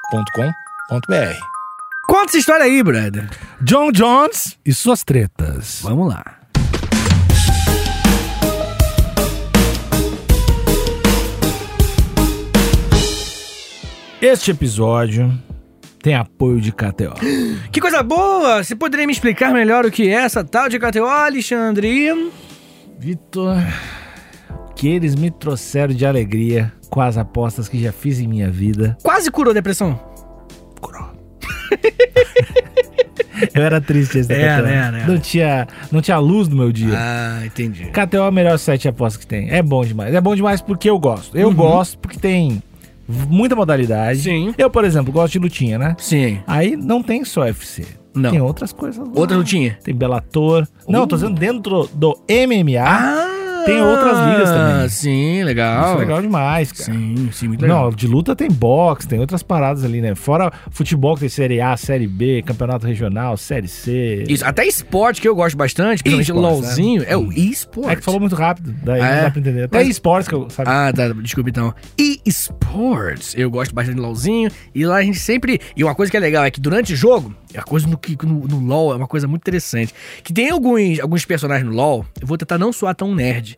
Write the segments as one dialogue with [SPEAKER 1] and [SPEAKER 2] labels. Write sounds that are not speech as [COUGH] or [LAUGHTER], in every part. [SPEAKER 1] agenciadepodcast.com.br.
[SPEAKER 2] Conta essa história aí, brother.
[SPEAKER 3] John Jones e suas tretas.
[SPEAKER 2] Vamos lá.
[SPEAKER 3] Este episódio tem apoio de KTO.
[SPEAKER 2] Que coisa boa! Você poderia me explicar melhor o que é essa tal de KTO, Alexandre?
[SPEAKER 3] Vitor, o que eles me trouxeram de alegria com as apostas que já fiz em minha vida.
[SPEAKER 2] Quase curou a depressão.
[SPEAKER 3] Curou. [LAUGHS] Eu era triste esse da
[SPEAKER 2] É,
[SPEAKER 3] KTO.
[SPEAKER 2] né, né.
[SPEAKER 3] Não tinha, não tinha luz no meu dia.
[SPEAKER 2] Ah, entendi.
[SPEAKER 3] KTO é o melhor site de apostas que tem. É bom demais. É bom demais porque eu gosto. Eu
[SPEAKER 2] Uhum.
[SPEAKER 3] gosto porque tem v- muita modalidade.
[SPEAKER 2] Sim.
[SPEAKER 3] Eu, por exemplo, gosto de lutinha, né?
[SPEAKER 2] Sim.
[SPEAKER 3] Aí não tem só UFC.
[SPEAKER 2] Não.
[SPEAKER 3] Tem outras coisas. lá.
[SPEAKER 2] Outra lutinha?
[SPEAKER 3] Tem Bellator. Não, eu tô dizendo dentro do MMA.
[SPEAKER 2] Ah!
[SPEAKER 3] Tem outras ligas também.
[SPEAKER 2] Sim, legal.
[SPEAKER 3] Isso é legal demais, cara.
[SPEAKER 2] Sim, sim, muito legal.
[SPEAKER 3] Não, de luta tem boxe, tem outras paradas ali, né? Fora futebol, que tem Série A, Série B, Campeonato Regional, Série C.
[SPEAKER 2] Isso, até esporte que eu gosto bastante, principalmente
[SPEAKER 3] Esporte,
[SPEAKER 2] LOLzinho, é o esporte.
[SPEAKER 3] É que falou muito rápido, daí
[SPEAKER 2] Ah,
[SPEAKER 3] não
[SPEAKER 2] é?
[SPEAKER 3] dá pra entender. Até
[SPEAKER 2] Mas-
[SPEAKER 3] esportes que eu, sabe?
[SPEAKER 2] Ah, tá, desculpa então. E esportes, eu gosto bastante de LOLzinho, e lá a gente sempre... E uma coisa que é legal é que durante o jogo, é a coisa no, que- no, no LOL é uma coisa muito interessante, que tem alguns, alguns personagens no LOL, eu vou tentar não soar tão nerd,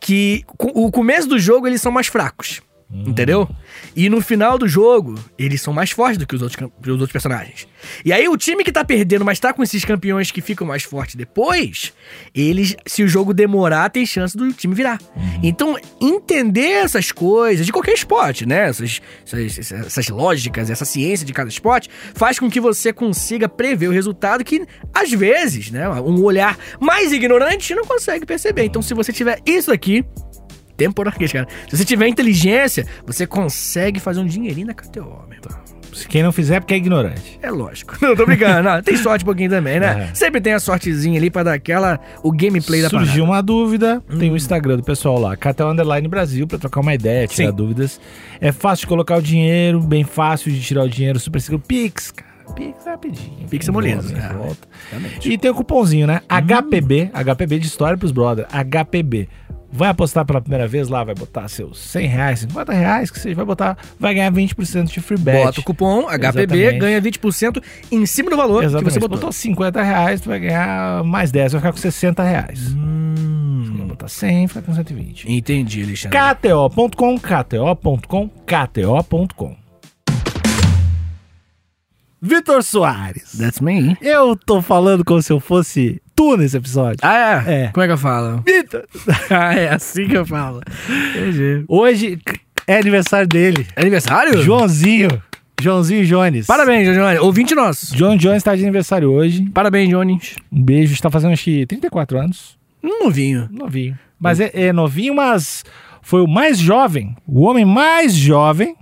[SPEAKER 2] que co- o começo do jogo eles são mais fracos. Entendeu? E no final do jogo, eles são mais fortes do que os outros, cam- que os outros personagens. E aí, o time que tá perdendo, mas tá com esses campeões que ficam mais fortes depois, eles, se o jogo demorar, tem chance do time virar. Então, entender essas coisas de qualquer esporte, né? Essas, essas, essas lógicas, essa ciência de cada esporte, faz com que você consiga prever o resultado que, às vezes, né? Um olhar mais ignorante não consegue perceber. Então, se você tiver isso aqui, Temporariamente, cara. Se você tiver inteligência, você consegue fazer um dinheirinho na KTO, meu irmão.
[SPEAKER 3] Se Quem não fizer é porque é ignorante.
[SPEAKER 2] É lógico. Não, tô brincando. Não, tem sorte um pouquinho também, né?
[SPEAKER 3] É.
[SPEAKER 2] Sempre tem a sortezinha ali pra dar aquela... O gameplay da Hum. parada.
[SPEAKER 3] Surgiu uma dúvida, tem o Instagram do pessoal lá, Catel Underline Brasil, pra trocar uma ideia, tirar
[SPEAKER 2] Sim.
[SPEAKER 3] dúvidas. É fácil de colocar o dinheiro, bem fácil de tirar o dinheiro, super seguro. Pix, cara. Pix é rapidinho.
[SPEAKER 2] Pix é moleza,
[SPEAKER 3] Volta,
[SPEAKER 2] né? Hum.
[SPEAKER 3] volta.
[SPEAKER 2] Realmente.
[SPEAKER 3] E tem o cupomzinho, né? HPB, HPB de história pros brother, HPB. Vai apostar pela primeira vez lá, vai botar seus 100 reais, 50 reais, que você vai botar, vai ganhar 20% de free bet.
[SPEAKER 2] Bota o cupom HPB,
[SPEAKER 3] Exatamente.
[SPEAKER 2] ganha 20% em cima do valor
[SPEAKER 3] Exatamente.
[SPEAKER 2] que você
[SPEAKER 3] Você
[SPEAKER 2] botou.
[SPEAKER 3] botou 50 reais, tu vai ganhar mais 10, vai ficar com 60 reais. Você vai
[SPEAKER 2] Hum,
[SPEAKER 3] botar 100, fica com 120.
[SPEAKER 2] entendi, Alexandre.
[SPEAKER 3] KTO.com, KTO.com, KTO.com. Vitor Soares,
[SPEAKER 2] That's me.
[SPEAKER 3] eu tô falando como se eu fosse tu nesse episódio.
[SPEAKER 2] Ah, é?
[SPEAKER 3] É.
[SPEAKER 2] Como é que eu falo?
[SPEAKER 3] Vitor!
[SPEAKER 2] [LAUGHS] ah, é assim que eu falo. Entendi. É
[SPEAKER 3] Hoje é aniversário dele.
[SPEAKER 2] Aniversário?
[SPEAKER 3] Joãozinho. Joãozinho Jones.
[SPEAKER 2] Parabéns, Johnny. Ouvinte nosso.
[SPEAKER 3] John Jones tá de aniversário hoje.
[SPEAKER 2] Parabéns, Johnny.
[SPEAKER 3] Um beijo, está fazendo acho que 34 anos.
[SPEAKER 2] Um novinho.
[SPEAKER 3] Novinho. Mas é, é novinho, mas foi o mais jovem, o homem mais jovem,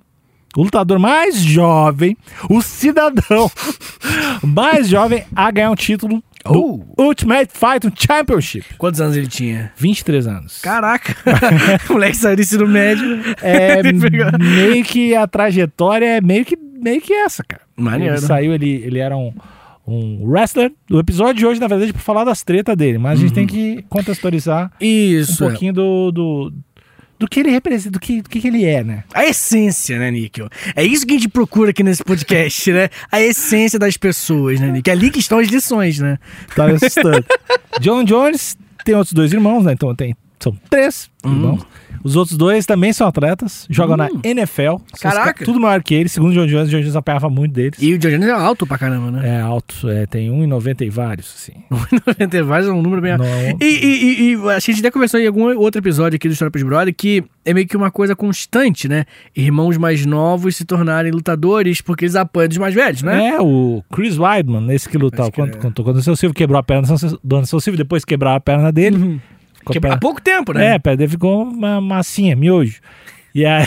[SPEAKER 3] o lutador mais jovem, o cidadão [LAUGHS] mais jovem a ganhar um título
[SPEAKER 2] Oh.
[SPEAKER 3] do Ultimate Fighting Championship.
[SPEAKER 2] Quantos anos ele tinha?
[SPEAKER 3] 23 anos. [LAUGHS]
[SPEAKER 2] Caraca! o moleque saiu do ensino médio.
[SPEAKER 3] É
[SPEAKER 2] [LAUGHS] Ele pegou-
[SPEAKER 3] meio que a trajetória é meio que, meio que essa, cara.
[SPEAKER 2] Maneiro. né?
[SPEAKER 3] Ele saiu, ele, ele era um, um wrestler. O episódio de hoje, na verdade, é pra falar das tretas dele, mas a
[SPEAKER 2] Uhum.
[SPEAKER 3] gente tem que contextualizar um
[SPEAKER 2] Isso.
[SPEAKER 3] pouquinho do, do, do que ele representa, do que, do que que ele é, né?
[SPEAKER 2] A essência, né, Níquel? É isso que a gente procura aqui nesse podcast, né? A essência das pessoas, né, Níquel? É ali que estão as lições, né?
[SPEAKER 3] Tá me assustando. [LAUGHS] John Jones tem outros dois irmãos, né? Então tem, são três
[SPEAKER 2] Uhum.
[SPEAKER 3] irmãos. Os outros dois também são atletas, jogam na NFL. São os ca-
[SPEAKER 2] Hum. Caraca.
[SPEAKER 3] Tudo maior que ele, segundo o John Jones, o John Jones apanhava muito deles.
[SPEAKER 2] E o Diogenes é alto pra caramba, [LAUGHS] né?
[SPEAKER 3] É alto, é, tem 1,90 e vários, assim.
[SPEAKER 2] 90 é um número bem alto.
[SPEAKER 3] Não.
[SPEAKER 2] E, e, e, e a gente até conversou em algum outro episódio aqui do História Pros Brother que é meio que uma coisa constante, né? Irmãos mais novos se tornarem lutadores porque eles apanham dos mais velhos, né?
[SPEAKER 3] É, o Chris Weidman, esse que lutava
[SPEAKER 2] Acho que
[SPEAKER 3] quando,
[SPEAKER 2] é.
[SPEAKER 3] quando, quando o seu Silvio quebrou a perna do seu- do seu Silvio, depois quebraram a perna dele.
[SPEAKER 2] Uhum.
[SPEAKER 3] Ficou a
[SPEAKER 2] Que-
[SPEAKER 3] perna-
[SPEAKER 2] há pouco tempo, né?
[SPEAKER 3] Uhum. É, a perna dele ficou uma massinha, miojo. E aí,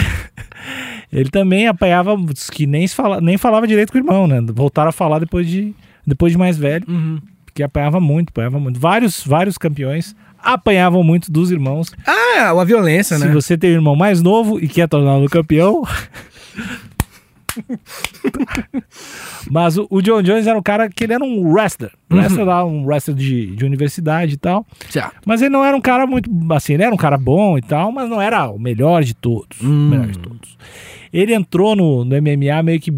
[SPEAKER 3] [LAUGHS] ele também apanhava, diz que nem, se fala, nem falava direito com o irmão, né? Voltaram a falar depois de, depois de mais velho,
[SPEAKER 2] Uhum.
[SPEAKER 3] porque apanhava muito, apanhava muito. Vários, vários campeões apanhavam muito dos irmãos.
[SPEAKER 2] Ah, a violência,
[SPEAKER 3] Se
[SPEAKER 2] né? [LAUGHS]
[SPEAKER 3] você tem um irmão mais novo e quer torná-lo campeão, Mas o, o John Jones era um cara que ele era um wrestler.
[SPEAKER 2] Uhum.
[SPEAKER 3] Wrestler lá, um wrestler de, de universidade e tal.
[SPEAKER 2] Certo.
[SPEAKER 3] Mas ele não era um cara muito. Assim, ele era um cara bom e tal, mas não era o melhor de todos. o
[SPEAKER 2] Hum.
[SPEAKER 3] melhor de todos. Ele entrou no, no MMA meio que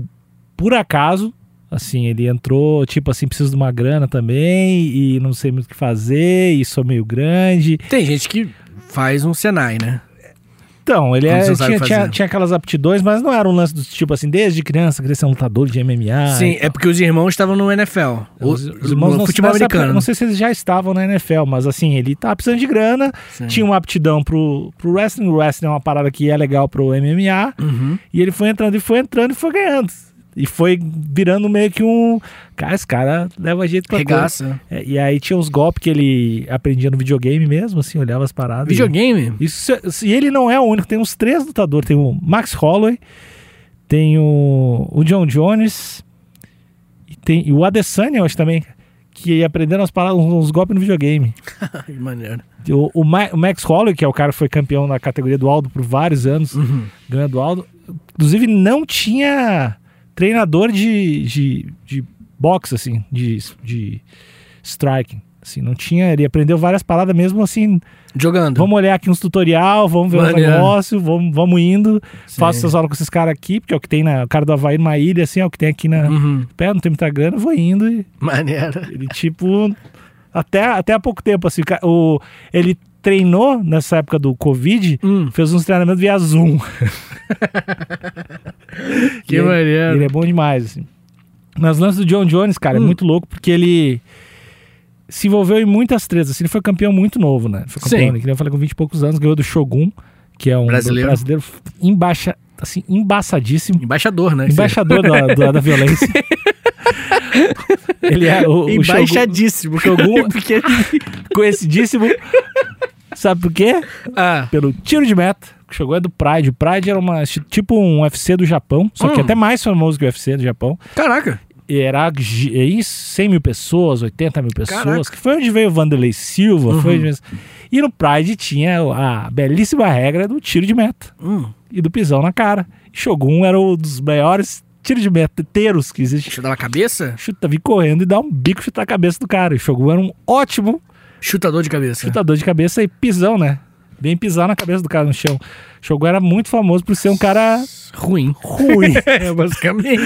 [SPEAKER 3] por acaso. Assim, ele entrou, tipo assim, preciso de uma grana também, e não sei muito o que fazer, e sou meio grande.
[SPEAKER 2] Tem gente que faz um Senai, né?
[SPEAKER 3] Então, ele
[SPEAKER 2] Como
[SPEAKER 3] é-
[SPEAKER 2] você sabe
[SPEAKER 3] tinha, tinha,
[SPEAKER 2] fazer.
[SPEAKER 3] tinha aquelas aptidões, mas não era um lance do tipo assim, desde criança, queria ser um lutador de MMA.
[SPEAKER 2] Sim, é porque os irmãos estavam no NFL.
[SPEAKER 3] então. Os,
[SPEAKER 2] o-
[SPEAKER 3] os irmãos
[SPEAKER 2] no
[SPEAKER 3] não,
[SPEAKER 2] futebol
[SPEAKER 3] nessa época,
[SPEAKER 2] americano.
[SPEAKER 3] não sei se eles já estavam na NFL, mas assim, ele tá precisando de grana,
[SPEAKER 2] Sim.
[SPEAKER 3] tinha um uma aptidão pro, pro wrestling, o wrestling é uma parada que é legal pro MMA,
[SPEAKER 2] Uhum.
[SPEAKER 3] e ele foi entrando, e foi entrando, e foi ganhando. E foi virando meio que um... Cara, esse cara leva jeito pra coisa.
[SPEAKER 2] Regaça.
[SPEAKER 3] É, E aí tinha uns golpes que ele aprendia no videogame mesmo, assim, olhava as paradas. e- [LAUGHS]
[SPEAKER 2] Videogame?
[SPEAKER 3] isso, e ele não é o único, tem uns três lutadores. Tem o Max Holloway, tem o, o John Jones e tem e o Adesanya, eu acho também, que aprenderam as palavras, uns golpes no videogame.
[SPEAKER 2] Que maneiro.
[SPEAKER 3] O, o Ma- o Max Holloway, que é o cara que foi campeão na categoria do Aldo por vários anos,
[SPEAKER 2] Uhum.
[SPEAKER 3] ganha do Aldo, inclusive não tinha treinador de, de, de boxe, assim, de, de striking. Assim, não tinha, ele aprendeu várias paradas mesmo assim,
[SPEAKER 2] Jogando.
[SPEAKER 3] Vamos olhar aqui uns tutorial, vamos ver o
[SPEAKER 2] Maneiro.
[SPEAKER 3] negócio, vamos, vamos indo.
[SPEAKER 2] Sim.
[SPEAKER 3] Faço essas aulas com esses caras aqui, porque é o que tem na. O cara do Havaí numa ilha, assim, é o que tem aqui na.
[SPEAKER 2] Uhum.
[SPEAKER 3] Pé, não tem muita grana, eu vou indo. E
[SPEAKER 2] Maneiro.
[SPEAKER 3] ele, tipo. Até, até há pouco tempo, assim, o ca- o, ele treinou nessa época do Covid,
[SPEAKER 2] Hum,
[SPEAKER 3] fez uns treinamentos via Zoom.
[SPEAKER 2] que
[SPEAKER 3] E ele-
[SPEAKER 2] maneiro.
[SPEAKER 3] Ele é bom demais, assim. Mas o lance do John Jones, cara,
[SPEAKER 2] Hum.
[SPEAKER 3] é muito louco, porque ele se envolveu em muitas tretas. Assim, ele foi campeão muito novo, né? Ele foi campeão,
[SPEAKER 2] Sim.
[SPEAKER 3] né, que nem eu falei, com 20 e poucos anos, ganhou do Shogun, que é um
[SPEAKER 2] Brasileiro.
[SPEAKER 3] brasileiro embaixa, assim, embaçadíssimo.
[SPEAKER 2] Embaixador, né?
[SPEAKER 3] Embaixador da, da, da
[SPEAKER 2] [LAUGHS]
[SPEAKER 3] violência. ele é o, o Shogun,
[SPEAKER 2] Embaixadíssimo.
[SPEAKER 3] Shogun-
[SPEAKER 2] [LAUGHS] Porque...
[SPEAKER 3] conhecidíssimo. Sabe por quê?
[SPEAKER 2] Ah,
[SPEAKER 3] Pelo tiro de meta, que chegou é do Pride. O Pride era uma, tipo um UFC do Japão, só que
[SPEAKER 2] Hum.
[SPEAKER 3] até mais famoso que o UFC do Japão.
[SPEAKER 2] caraca.
[SPEAKER 3] E era gi- aí 100 mil pessoas, 80 mil pessoas,
[SPEAKER 2] Caraca.
[SPEAKER 3] que foi onde veio o Vanderlei Silva,
[SPEAKER 2] Uhum.
[SPEAKER 3] foi onde veio... E no Pride tinha a belíssima regra do tiro de meta
[SPEAKER 2] Hum.
[SPEAKER 3] e do pisão na cara. Shogun era um dos maiores tiros de meta teiros que existe.
[SPEAKER 2] Chutava a cabeça?
[SPEAKER 3] Chuta, vir correndo e dar um bico e chutar a cabeça do cara. E Shogun era um ótimo
[SPEAKER 2] Chutador de cabeça.
[SPEAKER 3] chutador de cabeça e pisão, né? Bem pisar na cabeça do cara no chão. Shogun era muito famoso por ser um cara
[SPEAKER 2] Ruim.
[SPEAKER 3] [LAUGHS] ruim.
[SPEAKER 2] É, basicamente.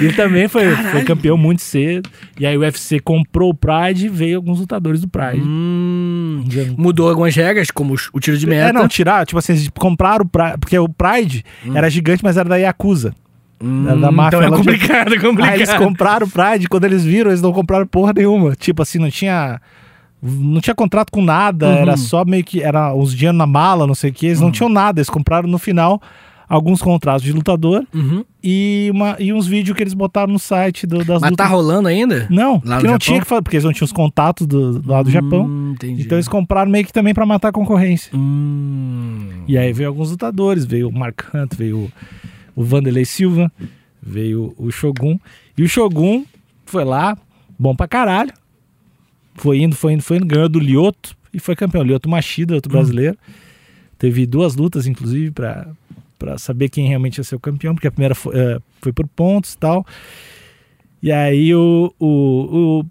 [SPEAKER 3] Ele também foi, foi campeão muito cedo. E aí o UFC comprou o Pride e veio alguns lutadores do Pride.
[SPEAKER 2] hum,
[SPEAKER 3] Já não-
[SPEAKER 2] mudou algumas regras, como os- o tiro de meta.
[SPEAKER 3] É, não, Hum. tirar, tipo assim, eles compraram o Pride, porque o Pride era gigante, mas era da Yakuza.
[SPEAKER 2] Hum,
[SPEAKER 3] Era da máfia.
[SPEAKER 2] Então é
[SPEAKER 3] lá de-
[SPEAKER 2] complicado, é
[SPEAKER 3] Aí eles
[SPEAKER 2] complicado.
[SPEAKER 3] compraram o Pride, quando eles viram, eles não compraram porra nenhuma. Tipo assim, não tinha. Não tinha contrato com nada,
[SPEAKER 2] Uhum.
[SPEAKER 3] era só meio que. Era uns dinheiro na mala, não sei o que. Eles não tinham nada, eles compraram no final alguns contratos de lutador
[SPEAKER 2] Uhum.
[SPEAKER 3] e, uma, e uns vídeos que eles botaram no site do- das
[SPEAKER 2] Mas tá
[SPEAKER 3] lutas.
[SPEAKER 2] rolando ainda?
[SPEAKER 3] Não,
[SPEAKER 2] Lá no
[SPEAKER 3] porque não
[SPEAKER 2] Japão?
[SPEAKER 3] tinha que fazer, porque eles não tinham os contatos do, do lado do Japão.
[SPEAKER 2] Hum, entendi.
[SPEAKER 3] Então eles compraram meio que também pra matar a concorrência.
[SPEAKER 2] Hum.
[SPEAKER 3] E aí veio alguns lutadores, veio o Mark Hunt, veio o Vanderlei Silva, veio o Shogun. E o Shogun foi lá, bom pra caralho. Foi indo, foi indo, foi indo, ganhou do Lioto e foi campeão. Lioto Machida, outro brasileiro. Teve duas lutas, inclusive, pra, pra saber quem realmente ia ser o campeão, porque a primeira foi, eh, foi por pontos e tal. E aí o, o, o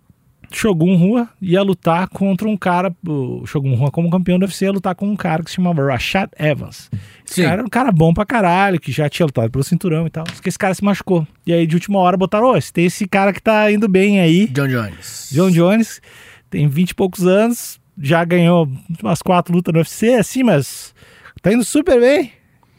[SPEAKER 3] Shogun Rua ia lutar contra um cara, o Shogun Rua como campeão do UFC ia lutar com um cara que se chamava Rashad Evans. Esse
[SPEAKER 2] Sim.
[SPEAKER 3] cara era um cara bom pra caralho, que já tinha lutado pelo cinturão e tal. Só que esse cara se machucou. E aí de última hora botaram, ô, esse- tem esse cara que tá indo bem aí,
[SPEAKER 2] John Jones.
[SPEAKER 3] John Jones, tem 20 e poucos anos, já ganhou umas quatro lutas no UFC, assim, mas tá indo super bem.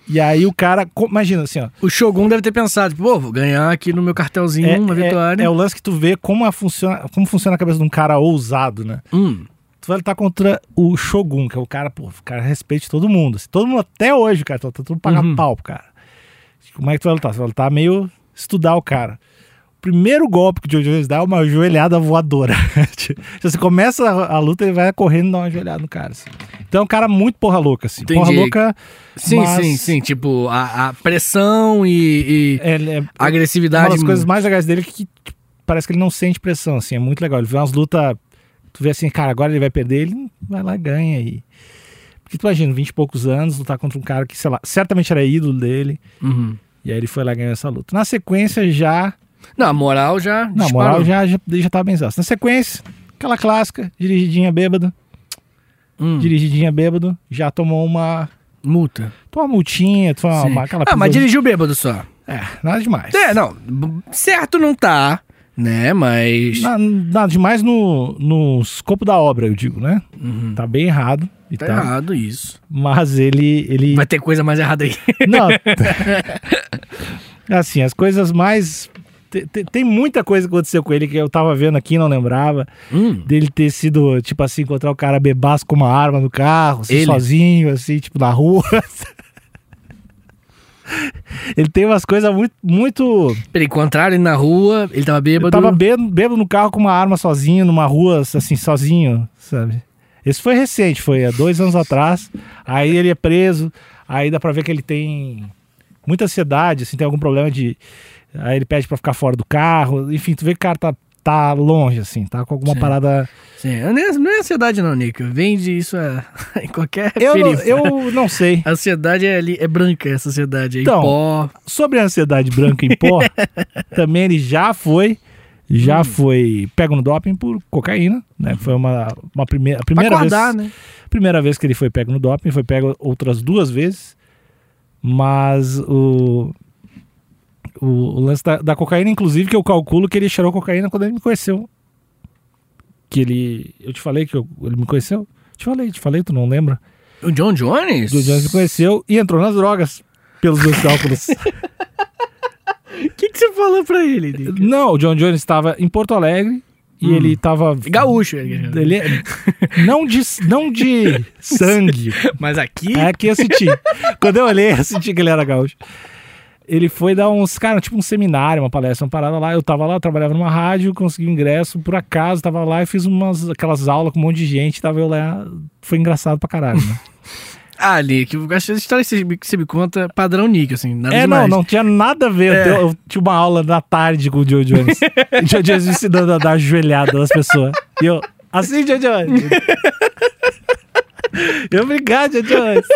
[SPEAKER 3] E aí o cara, co- imagina assim, ó,
[SPEAKER 2] O Shogun deve ter pensado, pô, vou ganhar aqui no meu cartelzinho uma vitória.
[SPEAKER 3] é o lance que tu vê como, a funciona, como funciona a cabeça de um cara ousado, né?
[SPEAKER 2] Hum,
[SPEAKER 3] Tu vai lutar contra o Shogun, que é o cara, pô, o cara respeite todo mundo. assim. todo mundo até hoje, cara, tá tá todo pagando
[SPEAKER 2] Uhum.
[SPEAKER 3] pau pro cara. Como é que tu vai lutar? Tu vai lutar meio estudar o cara. O primeiro golpe que o Jojo Jones dá é uma joelhada voadora. [LAUGHS] Tipo, você começa a, a luta, ele vai correndo e dá uma joelhada no cara. assim. Então é um cara muito porra louca, assim.
[SPEAKER 2] Entendi.
[SPEAKER 3] Porra louca.
[SPEAKER 2] Sim,
[SPEAKER 3] mas
[SPEAKER 2] sim, sim. Tipo, a, a pressão e, e
[SPEAKER 3] Ele é,
[SPEAKER 2] a agressividade.
[SPEAKER 3] uma das coisas mais legais dele é que tipo, parece que ele não sente pressão, assim, é muito legal. Ele vê umas lutas, tu vê assim, cara, agora ele vai perder, ele vai lá e ganha. E... Porque tu imagina, 20 e poucos anos, lutar contra um cara que, sei lá, certamente era ídolo dele,
[SPEAKER 2] Uhum.
[SPEAKER 3] E aí ele foi lá e ganhou essa luta. Na sequência, já.
[SPEAKER 2] Não, a moral já
[SPEAKER 3] Na
[SPEAKER 2] disparou.
[SPEAKER 3] moral, já, já, já tava benzaço. Na sequência, aquela clássica, dirigidinha bêbado.
[SPEAKER 2] Hum,
[SPEAKER 3] Dirigidinha bêbado, já tomou uma.
[SPEAKER 2] multa.
[SPEAKER 3] Tomou uma multinha, tomou
[SPEAKER 2] Sim.
[SPEAKER 3] uma, aquela
[SPEAKER 2] ah, mas
[SPEAKER 3] pisou-
[SPEAKER 2] dirigiu bêbado só.
[SPEAKER 3] É, nada demais.
[SPEAKER 2] É, não. b- Certo não tá, né? Mas.
[SPEAKER 3] Na- nada demais no, no escopo da obra, eu digo, né?
[SPEAKER 2] Uhum.
[SPEAKER 3] Tá bem errado e
[SPEAKER 2] Tá
[SPEAKER 3] tal.
[SPEAKER 2] errado isso.
[SPEAKER 3] Mas ele. ele... [LAUGHS]
[SPEAKER 2] Vai ter coisa mais errada aí.
[SPEAKER 3] Não. assim, as coisas mais. te- te- Tem muita coisa que aconteceu com ele que eu tava vendo aqui e não lembrava.
[SPEAKER 2] Hum.
[SPEAKER 3] Dele ter sido, tipo assim, encontrar o cara bebaço com uma arma no carro, assim,
[SPEAKER 2] Ele?
[SPEAKER 3] sozinho, assim, tipo, na rua. [LAUGHS] ele tem umas coisas muito. muito...
[SPEAKER 2] [LAUGHS] Peraí, encontraram ele na rua, ele tava
[SPEAKER 3] Ele
[SPEAKER 2] bêbado.
[SPEAKER 3] tava bêbado, bêbado no carro com uma arma sozinho, numa rua, assim, sozinho, sabe? Esse foi recente, foi há dois anos atrás. Aí ele é preso, aí dá pra ver que ele tem muita ansiedade, assim, tem algum problema de. Aí ele pede pra ficar fora do carro, enfim, tu vê que o cara tá, tá longe, assim, tá com alguma
[SPEAKER 2] Sim.
[SPEAKER 3] parada.
[SPEAKER 2] Sim, não é, não é ansiedade, não, Nico. Vende isso a- [LAUGHS] em qualquer
[SPEAKER 3] Eu, não-
[SPEAKER 2] perifa.
[SPEAKER 3] eu não sei.
[SPEAKER 2] A ansiedade é, ali, é branca, essa ansiedade. É em
[SPEAKER 3] Então.
[SPEAKER 2] pó.
[SPEAKER 3] Sobre a ansiedade branca em
[SPEAKER 2] [LAUGHS]
[SPEAKER 3] pó, também ele já foi. Já
[SPEAKER 2] Hum.
[SPEAKER 3] foi pego no doping por cocaína, né? Foi uma, uma primeira, a
[SPEAKER 2] Pra
[SPEAKER 3] primeira vez.
[SPEAKER 2] acordar, né?
[SPEAKER 3] Primeira vez que ele foi pego no doping, foi pego outras duas vezes, mas o, o, o lance da, da cocaína, inclusive, que eu calculo que ele cheirou cocaína quando ele me conheceu. Que ele. Eu te falei que eu- ele me conheceu? Te falei, te falei, tu não lembra?
[SPEAKER 2] O John Jones?
[SPEAKER 3] O Jones me conheceu e entrou nas drogas, pelos meus cálculos.
[SPEAKER 2] O que, que você falou pra ele, Nico?
[SPEAKER 3] não, o John Jones estava em Porto Alegre e
[SPEAKER 2] Hum.
[SPEAKER 3] ele estava.
[SPEAKER 2] Gaúcho. ele-
[SPEAKER 3] Ele, é, não, de, não de sangue,
[SPEAKER 2] Mas aqui.
[SPEAKER 3] É que eu senti. Quando eu olhei, eu senti que ele era gaúcho. Ele foi dar uns, cara, tipo um seminário, uma palestra, uma parada lá. Eu tava lá, eu trabalhava numa rádio, consegui um ingresso, por acaso, tava lá e fiz umas, aquelas aulas com um monte de gente, tava eu lá. Foi engraçado pra caralho, né?
[SPEAKER 2] Ah, Nick, eu acho que as histórias que você me- que você me conta padrão Nick, assim, nada
[SPEAKER 3] é, não,
[SPEAKER 2] demais.
[SPEAKER 3] não tinha nada a ver. Eu, eu tinha uma aula da tarde com o Joe Jones. o Joe Jones me ensinando a dar ajoelhada nas pessoas. E eu, assim, Joe Jones. eu, obrigado, Joe Jones.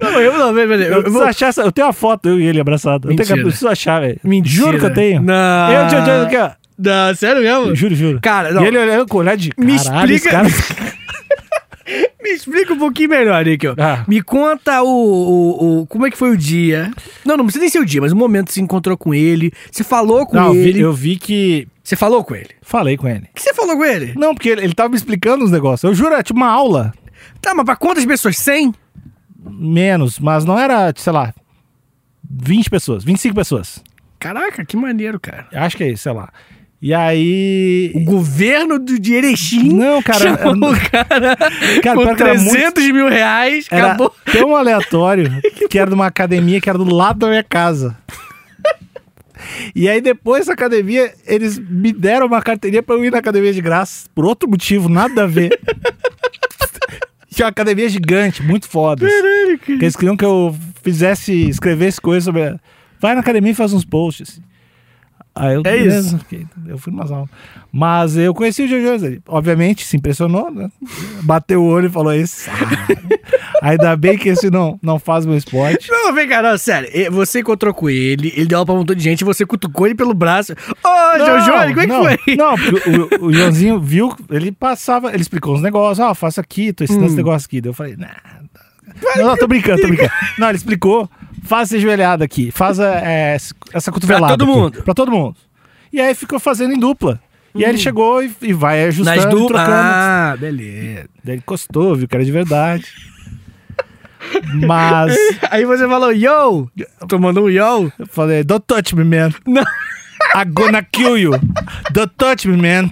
[SPEAKER 2] Não, eu não, peraí,
[SPEAKER 3] Eu,
[SPEAKER 2] eu, eu
[SPEAKER 3] preciso
[SPEAKER 2] vou...
[SPEAKER 3] achar essa. Eu tenho uma foto, eu e ele abraçado. Eu, tenho que, eu
[SPEAKER 2] Mentira.
[SPEAKER 3] preciso achar, velho.
[SPEAKER 2] Mentira.
[SPEAKER 3] Juro que eu tenho.
[SPEAKER 2] Não.
[SPEAKER 3] Eu, John Jones, aqui, ó.
[SPEAKER 2] Não, sério mesmo?
[SPEAKER 3] Juro, juro.
[SPEAKER 2] Cara, não.
[SPEAKER 3] E ele olhando com olhar de.
[SPEAKER 2] Me
[SPEAKER 3] caralho,
[SPEAKER 2] explica- [LAUGHS]
[SPEAKER 3] esse cara- tá
[SPEAKER 2] Me explica um pouquinho melhor, Nick. ó.
[SPEAKER 3] Ah.
[SPEAKER 2] Me conta o, o, o- Como é que foi o dia? Não, não precisa nem ser o dia, mas o momento que você encontrou com ele. Você falou com
[SPEAKER 3] Não, eu vi,
[SPEAKER 2] ele.
[SPEAKER 3] eu vi que.
[SPEAKER 2] Você falou com ele?
[SPEAKER 3] Falei com ele.
[SPEAKER 2] O que você falou com ele?
[SPEAKER 3] Não, porque ele, ele tava me explicando os negócios. Eu juro, era tipo uma aula.
[SPEAKER 2] Tá, mas pra quantas pessoas? 100?
[SPEAKER 3] Menos, mas não era, sei lá, 20 pessoas, 25 pessoas.
[SPEAKER 2] Caraca, que maneiro, cara.
[SPEAKER 3] Acho que é isso, sei lá. E aí.
[SPEAKER 2] O governo do, de Erechim
[SPEAKER 3] Não, cara, eu-
[SPEAKER 2] chamou o cara,
[SPEAKER 3] [LAUGHS] Cara,
[SPEAKER 2] com
[SPEAKER 3] pior que era muito-
[SPEAKER 2] 300 mil reais,
[SPEAKER 3] Era
[SPEAKER 2] acabou. [LAUGHS]
[SPEAKER 3] tão aleatório que era de uma academia que era do lado da minha casa. E aí depois da academia, eles me deram uma carteirinha pra eu ir na academia de graça, por outro motivo, nada a ver. Tinha uma academia gigante, muito foda. Que eles queriam que eu fizesse, escrevesse coisas sobre... a- Vai na academia e faz uns posts. Aí eu,
[SPEAKER 2] É isso.
[SPEAKER 3] beleza, ok. Eu fui umas aulas. Mas eu conheci o Jojo, ele, obviamente, se impressionou, né? Bateu o olho e falou: esse. [LAUGHS] Ainda bem que esse não, não faz meu esporte.
[SPEAKER 2] Não, vem cá, não, sério. E Você encontrou com ele, ele deu aula pra um montão de gente, você cutucou ele pelo braço. Ô, Jojo, como é que
[SPEAKER 3] não,
[SPEAKER 2] foi?
[SPEAKER 3] Não, porque o, o Joãozinho viu, ele passava, ele explicou uns negócios, ó, faço aqui, tô
[SPEAKER 2] Hum.
[SPEAKER 3] ensinando esse negócio aqui. Daí eu falei, nah, não, não, tô brincando, tô brincando. Não, ele explicou, faz essa joelhada aqui, faz eh, essa cotovelada.
[SPEAKER 2] todo
[SPEAKER 3] aqui,
[SPEAKER 2] mundo. Hum.
[SPEAKER 3] pra todo mundo. E aí ficou fazendo em dupla. E aí ele chegou e, e vai ajustando,
[SPEAKER 2] Nas
[SPEAKER 3] e
[SPEAKER 2] duplas.
[SPEAKER 3] trocando.
[SPEAKER 2] Ah, beleza.
[SPEAKER 3] Daí ele encostou, viu que era de
[SPEAKER 2] [LAUGHS]
[SPEAKER 3] verdade. Mas
[SPEAKER 2] Aí você falou, yo! Tu mandou um yo?
[SPEAKER 3] eu falei, don't touch me, man.
[SPEAKER 2] Não.
[SPEAKER 3] I'm gonna kill you. Don't touch me, man.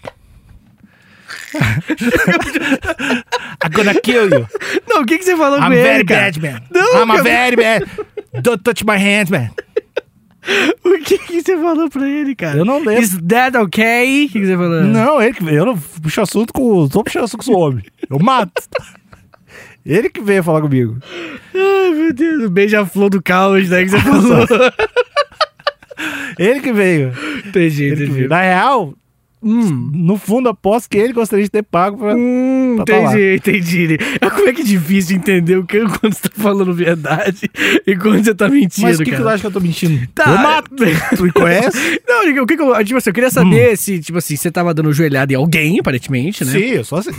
[SPEAKER 3] I'm gonna kill you.
[SPEAKER 2] Não, o que, que você falou
[SPEAKER 3] I'm
[SPEAKER 2] com ele,
[SPEAKER 3] very
[SPEAKER 2] cara?
[SPEAKER 3] bad, man.
[SPEAKER 2] Não,
[SPEAKER 3] I'm a
[SPEAKER 2] cara.
[SPEAKER 3] very bad. Don't touch my hands, man.
[SPEAKER 2] [LAUGHS] O que, que você falou pra ele, cara?
[SPEAKER 3] Eu não lembro.
[SPEAKER 2] Is that okay? O que, que você falou?
[SPEAKER 3] Não, ele que veio. Eu não puxo assunto com. Não tô puxando assunto com o homem. Eu mato. Ele que veio falar comigo.
[SPEAKER 2] Ai, meu Deus, o beija-flor do caos, né,
[SPEAKER 3] [LAUGHS]
[SPEAKER 2] que você falou.
[SPEAKER 3] Ele que veio.
[SPEAKER 2] entendi,
[SPEAKER 3] Ele que
[SPEAKER 2] entendi.
[SPEAKER 3] veio. Na real, no fundo, aposto que ele gostaria de ter pago pra.
[SPEAKER 2] Hum,
[SPEAKER 3] Tá, tá lá.
[SPEAKER 2] entendi, entendi. Ah, Como é que é difícil de entender o que [LAUGHS] quando você tá falando verdade e quando você tá mentindo,
[SPEAKER 3] Mas o que, que
[SPEAKER 2] cara.
[SPEAKER 3] tu acha que eu tô mentindo?
[SPEAKER 2] Tá.
[SPEAKER 3] Eu mato. tu me conhece?
[SPEAKER 2] [LAUGHS] Não, o que que eu... Tipo assim, eu queria
[SPEAKER 3] Hum.
[SPEAKER 2] saber se, tipo assim, você tava dando joelhada em alguém, aparentemente, né?
[SPEAKER 3] Sim, eu só sei. [LAUGHS]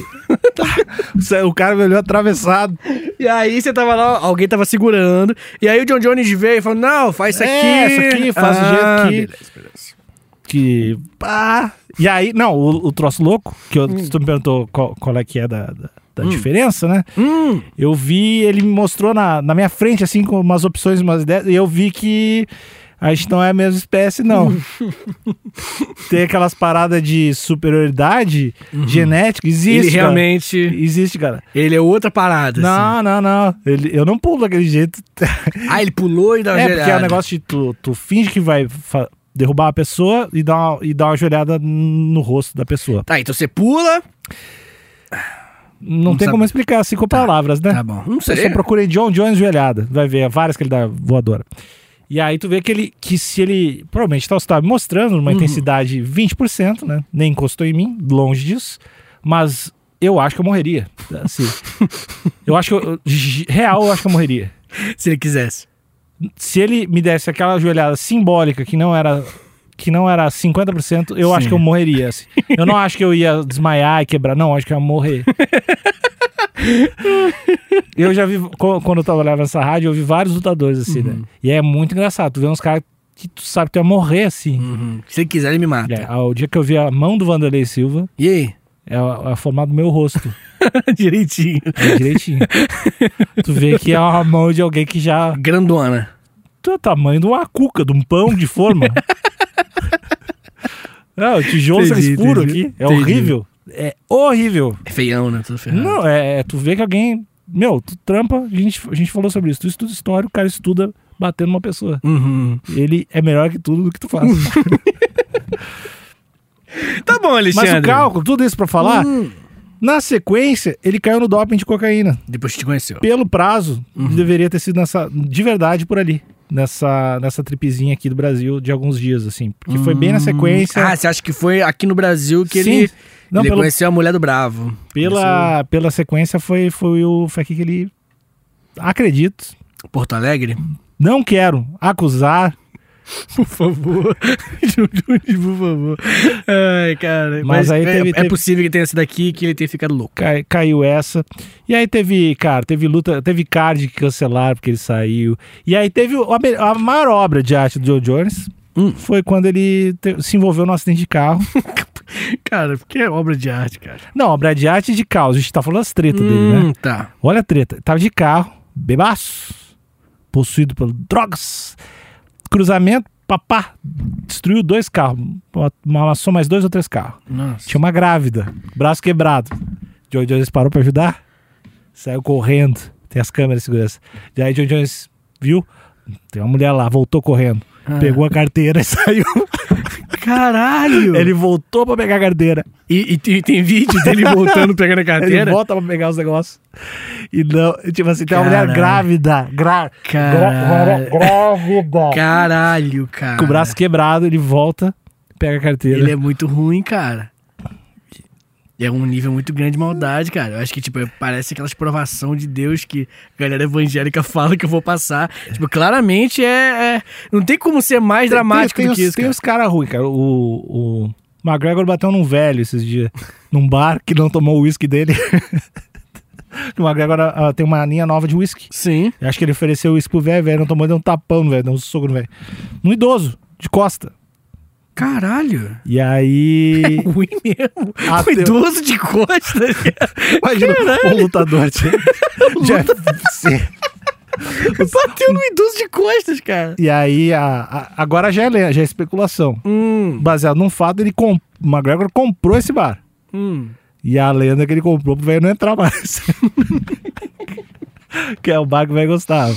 [SPEAKER 3] Tá. O cara me olhou atravessado.
[SPEAKER 2] E aí você tava lá, alguém tava segurando, e aí o John Jones veio e falou, não, faz isso aqui.
[SPEAKER 3] É, isso aqui, faz do
[SPEAKER 2] Ah,
[SPEAKER 3] jeito que-
[SPEAKER 2] Beleza, beleza.
[SPEAKER 3] Que. Pá. E aí, não, o, o troço louco, que
[SPEAKER 2] Hum.
[SPEAKER 3] eu, que tu me perguntou qual, qual é que é da, da, da diferença, né?
[SPEAKER 2] Hum,
[SPEAKER 3] Eu vi, ele me mostrou na, na minha frente, assim, com umas opções, umas ideias, e eu vi que a gente não é a mesma espécie,
[SPEAKER 2] [LAUGHS]
[SPEAKER 3] não. Tem aquelas paradas de superioridade genética, existe.
[SPEAKER 2] Uhum. ele
[SPEAKER 3] cara.
[SPEAKER 2] realmente...
[SPEAKER 3] Existe, cara.
[SPEAKER 2] Ele é outra parada,
[SPEAKER 3] Não,
[SPEAKER 2] assim.
[SPEAKER 3] não, não. Ele- eu não pulo daquele jeito. [LAUGHS]
[SPEAKER 2] Ah, ele pulou e dá uma
[SPEAKER 3] É, porque é
[SPEAKER 2] joelhada.
[SPEAKER 3] um negócio de tu, tu finge que vai fa- derrubar a pessoa e dar uma, e dar uma joelhada no rosto da pessoa.
[SPEAKER 2] Tá, então você pula...
[SPEAKER 3] Não, tem
[SPEAKER 2] sabe.
[SPEAKER 3] como explicar assim com palavras, né?
[SPEAKER 2] Tá bom, não sei.
[SPEAKER 3] Eu só procurei John Jones joelhada. Vai ver várias que ele dá voadora. E aí tu vê que ele que se ele provavelmente tá, tá mostrando
[SPEAKER 2] Uhum.
[SPEAKER 3] uma intensidade 20%, né? Nem encostou em mim, longe disso, mas eu acho que eu morreria.
[SPEAKER 2] [LAUGHS]
[SPEAKER 3] Assim, eu acho que eu- eu- real, eu acho que eu morreria.
[SPEAKER 2] Se ele quisesse.
[SPEAKER 3] Se ele me desse aquela joelhada simbólica que não era que não era 50%, eu acho
[SPEAKER 2] Sim.
[SPEAKER 3] que eu morreria. assim. Eu não acho que eu ia desmaiar e quebrar, não, eu acho que eu ia morrer. Eu já vi, co- quando eu trabalhava nessa rádio, eu vi vários lutadores assim,
[SPEAKER 2] Uhum.
[SPEAKER 3] né? E é muito engraçado. Tu vê uns caras que tu sabe que tu ia morrer assim.
[SPEAKER 2] Uhum. Se ele quiser, ele me mata.
[SPEAKER 3] É, ao dia que eu vi a mão do Vanderlei Silva,
[SPEAKER 2] E aí?
[SPEAKER 3] é a, a forma do meu rosto.
[SPEAKER 2] Direitinho.
[SPEAKER 3] É [LAUGHS]
[SPEAKER 2] [LAUGHS]
[SPEAKER 3] direitinho. tu vê que é uma mão de alguém que já.
[SPEAKER 2] Grandona.
[SPEAKER 3] Tu é o tamanho de uma cuca, de um pão de
[SPEAKER 2] [LAUGHS]
[SPEAKER 3] forma. Não, o tijolo
[SPEAKER 2] Entendi,
[SPEAKER 3] escuro
[SPEAKER 2] entendi.
[SPEAKER 3] aqui. É
[SPEAKER 2] Entendi.
[SPEAKER 3] horrível. É horrível.
[SPEAKER 2] É feião, né? Tudo ferrado.
[SPEAKER 3] Não, é, é, tu vê que alguém. Meu, tu trampa, a gente, a gente falou sobre isso. Tu estuda história, o cara estuda batendo uma pessoa.
[SPEAKER 2] Uhum.
[SPEAKER 3] Ele é melhor que tudo do que tu faz.
[SPEAKER 2] Tá bom, Alexandre. Hum.
[SPEAKER 3] Mas o cálculo, tudo isso pra falar, na sequência, ele caiu no doping de cocaína.
[SPEAKER 2] Depois que te conheceu.
[SPEAKER 3] Pelo prazo,
[SPEAKER 2] Uhum.
[SPEAKER 3] ele deveria ter sido nessa. De verdade, por ali. Nessa, nessa tripezinha aqui do Brasil de alguns dias, assim. Porque foi bem na sequência.
[SPEAKER 2] Ah, você acha que foi aqui no Brasil que
[SPEAKER 3] Sim.
[SPEAKER 2] ele,
[SPEAKER 3] Não,
[SPEAKER 2] ele
[SPEAKER 3] pelo-
[SPEAKER 2] conheceu a mulher do Bravo?
[SPEAKER 3] pela, pela sequência foi, foi, o, foi aqui que ele. Acredito.
[SPEAKER 2] Conheceu Porto Alegre?
[SPEAKER 3] Não quero acusar,
[SPEAKER 2] [LAUGHS] Por favor. [LAUGHS] Por favor. Ai, cara.
[SPEAKER 3] Mas aí
[SPEAKER 2] é,
[SPEAKER 3] teve-
[SPEAKER 2] é
[SPEAKER 3] teve-
[SPEAKER 2] possível que tenha sido aqui que ele tenha ficado louco.
[SPEAKER 3] cai- caiu essa. E aí teve, cara, teve luta, teve card que cancelaram porque ele saiu. E aí teve o- a, me- a maior obra de arte do Joe Jones.
[SPEAKER 2] Hum.
[SPEAKER 3] Foi quando ele te- se envolveu num acidente de carro.
[SPEAKER 2] Cara, porque é obra de arte, cara.
[SPEAKER 3] Não, obra de arte e de caos. A gente tá falando as tretas dele, né?
[SPEAKER 2] Hum, tá.
[SPEAKER 3] Olha a treta. Tava de carro, bebaço, possuído por drogas. Cruzamento, papá, destruiu dois carros. Amassou mais dois ou três carros.
[SPEAKER 2] Nossa.
[SPEAKER 3] Tinha uma grávida, braço quebrado. John Jones parou pra ajudar, saiu correndo. Tem as câmeras de segurança. E aí John Jones viu, tem uma mulher lá, voltou correndo.
[SPEAKER 2] Ah.
[SPEAKER 3] Pegou a carteira e [LAUGHS] saiu.
[SPEAKER 2] Caralho!
[SPEAKER 3] Ele voltou pra pegar a carteira.
[SPEAKER 2] E, e tem, tem vídeo dele voltando, [LAUGHS] pegando a
[SPEAKER 3] Ele
[SPEAKER 2] carteira?
[SPEAKER 3] volta pra pegar os negócios. E não, tipo assim, tem uma mulher
[SPEAKER 2] Caralho.
[SPEAKER 3] grávida. Gra, gra,
[SPEAKER 2] Caralho.
[SPEAKER 3] gra-
[SPEAKER 2] [LAUGHS]
[SPEAKER 3] grávida.
[SPEAKER 2] Caralho, cara.
[SPEAKER 3] Com o braço quebrado, ele volta, pega a carteira.
[SPEAKER 2] Ele é muito ruim, cara. E é um nível muito grande de maldade, cara. Eu acho que, tipo, parece aquelas provação de Deus que a galera evangélica [LAUGHS] fala que eu vou passar. Tipo, claramente é. é- Não tem como ser mais dramático
[SPEAKER 3] tem, tem
[SPEAKER 2] do que
[SPEAKER 3] uns-
[SPEAKER 2] isso,
[SPEAKER 3] Tem
[SPEAKER 2] cara.
[SPEAKER 3] uns caras ruins, cara. O, o McGregor bateu num velho esses dias, num bar que não tomou o uísque dele. [LAUGHS] o McGregor ah, tem uma linha nova de uísque.
[SPEAKER 2] Sim.
[SPEAKER 3] Eu Acho que ele ofereceu o uísque pro velho, o velho não tomou, deu um tapão no velho, deu um sogro no velho. Um idoso, de costa.
[SPEAKER 2] Caralho.
[SPEAKER 3] E
[SPEAKER 2] [LAUGHS]
[SPEAKER 3] aí...
[SPEAKER 2] Ruim mesmo.
[SPEAKER 3] Ah,
[SPEAKER 2] Um
[SPEAKER 3] teu-
[SPEAKER 2] idoso de costas. [LAUGHS]
[SPEAKER 3] [LAUGHS]
[SPEAKER 2] cara.
[SPEAKER 3] Imagina o lutador assim. é de, [LAUGHS] de UFC.
[SPEAKER 2] Bateu no idoso de costas, cara.
[SPEAKER 3] E aí, a- a- agora já é, le- já é especulação.
[SPEAKER 2] Hum,
[SPEAKER 3] Baseado num fato, ele com, o McGregor comprou esse bar.
[SPEAKER 2] hum.
[SPEAKER 3] E a lenda que ele comprou pro velho não entrar mais. [LAUGHS] que é o bar que o velho gostava.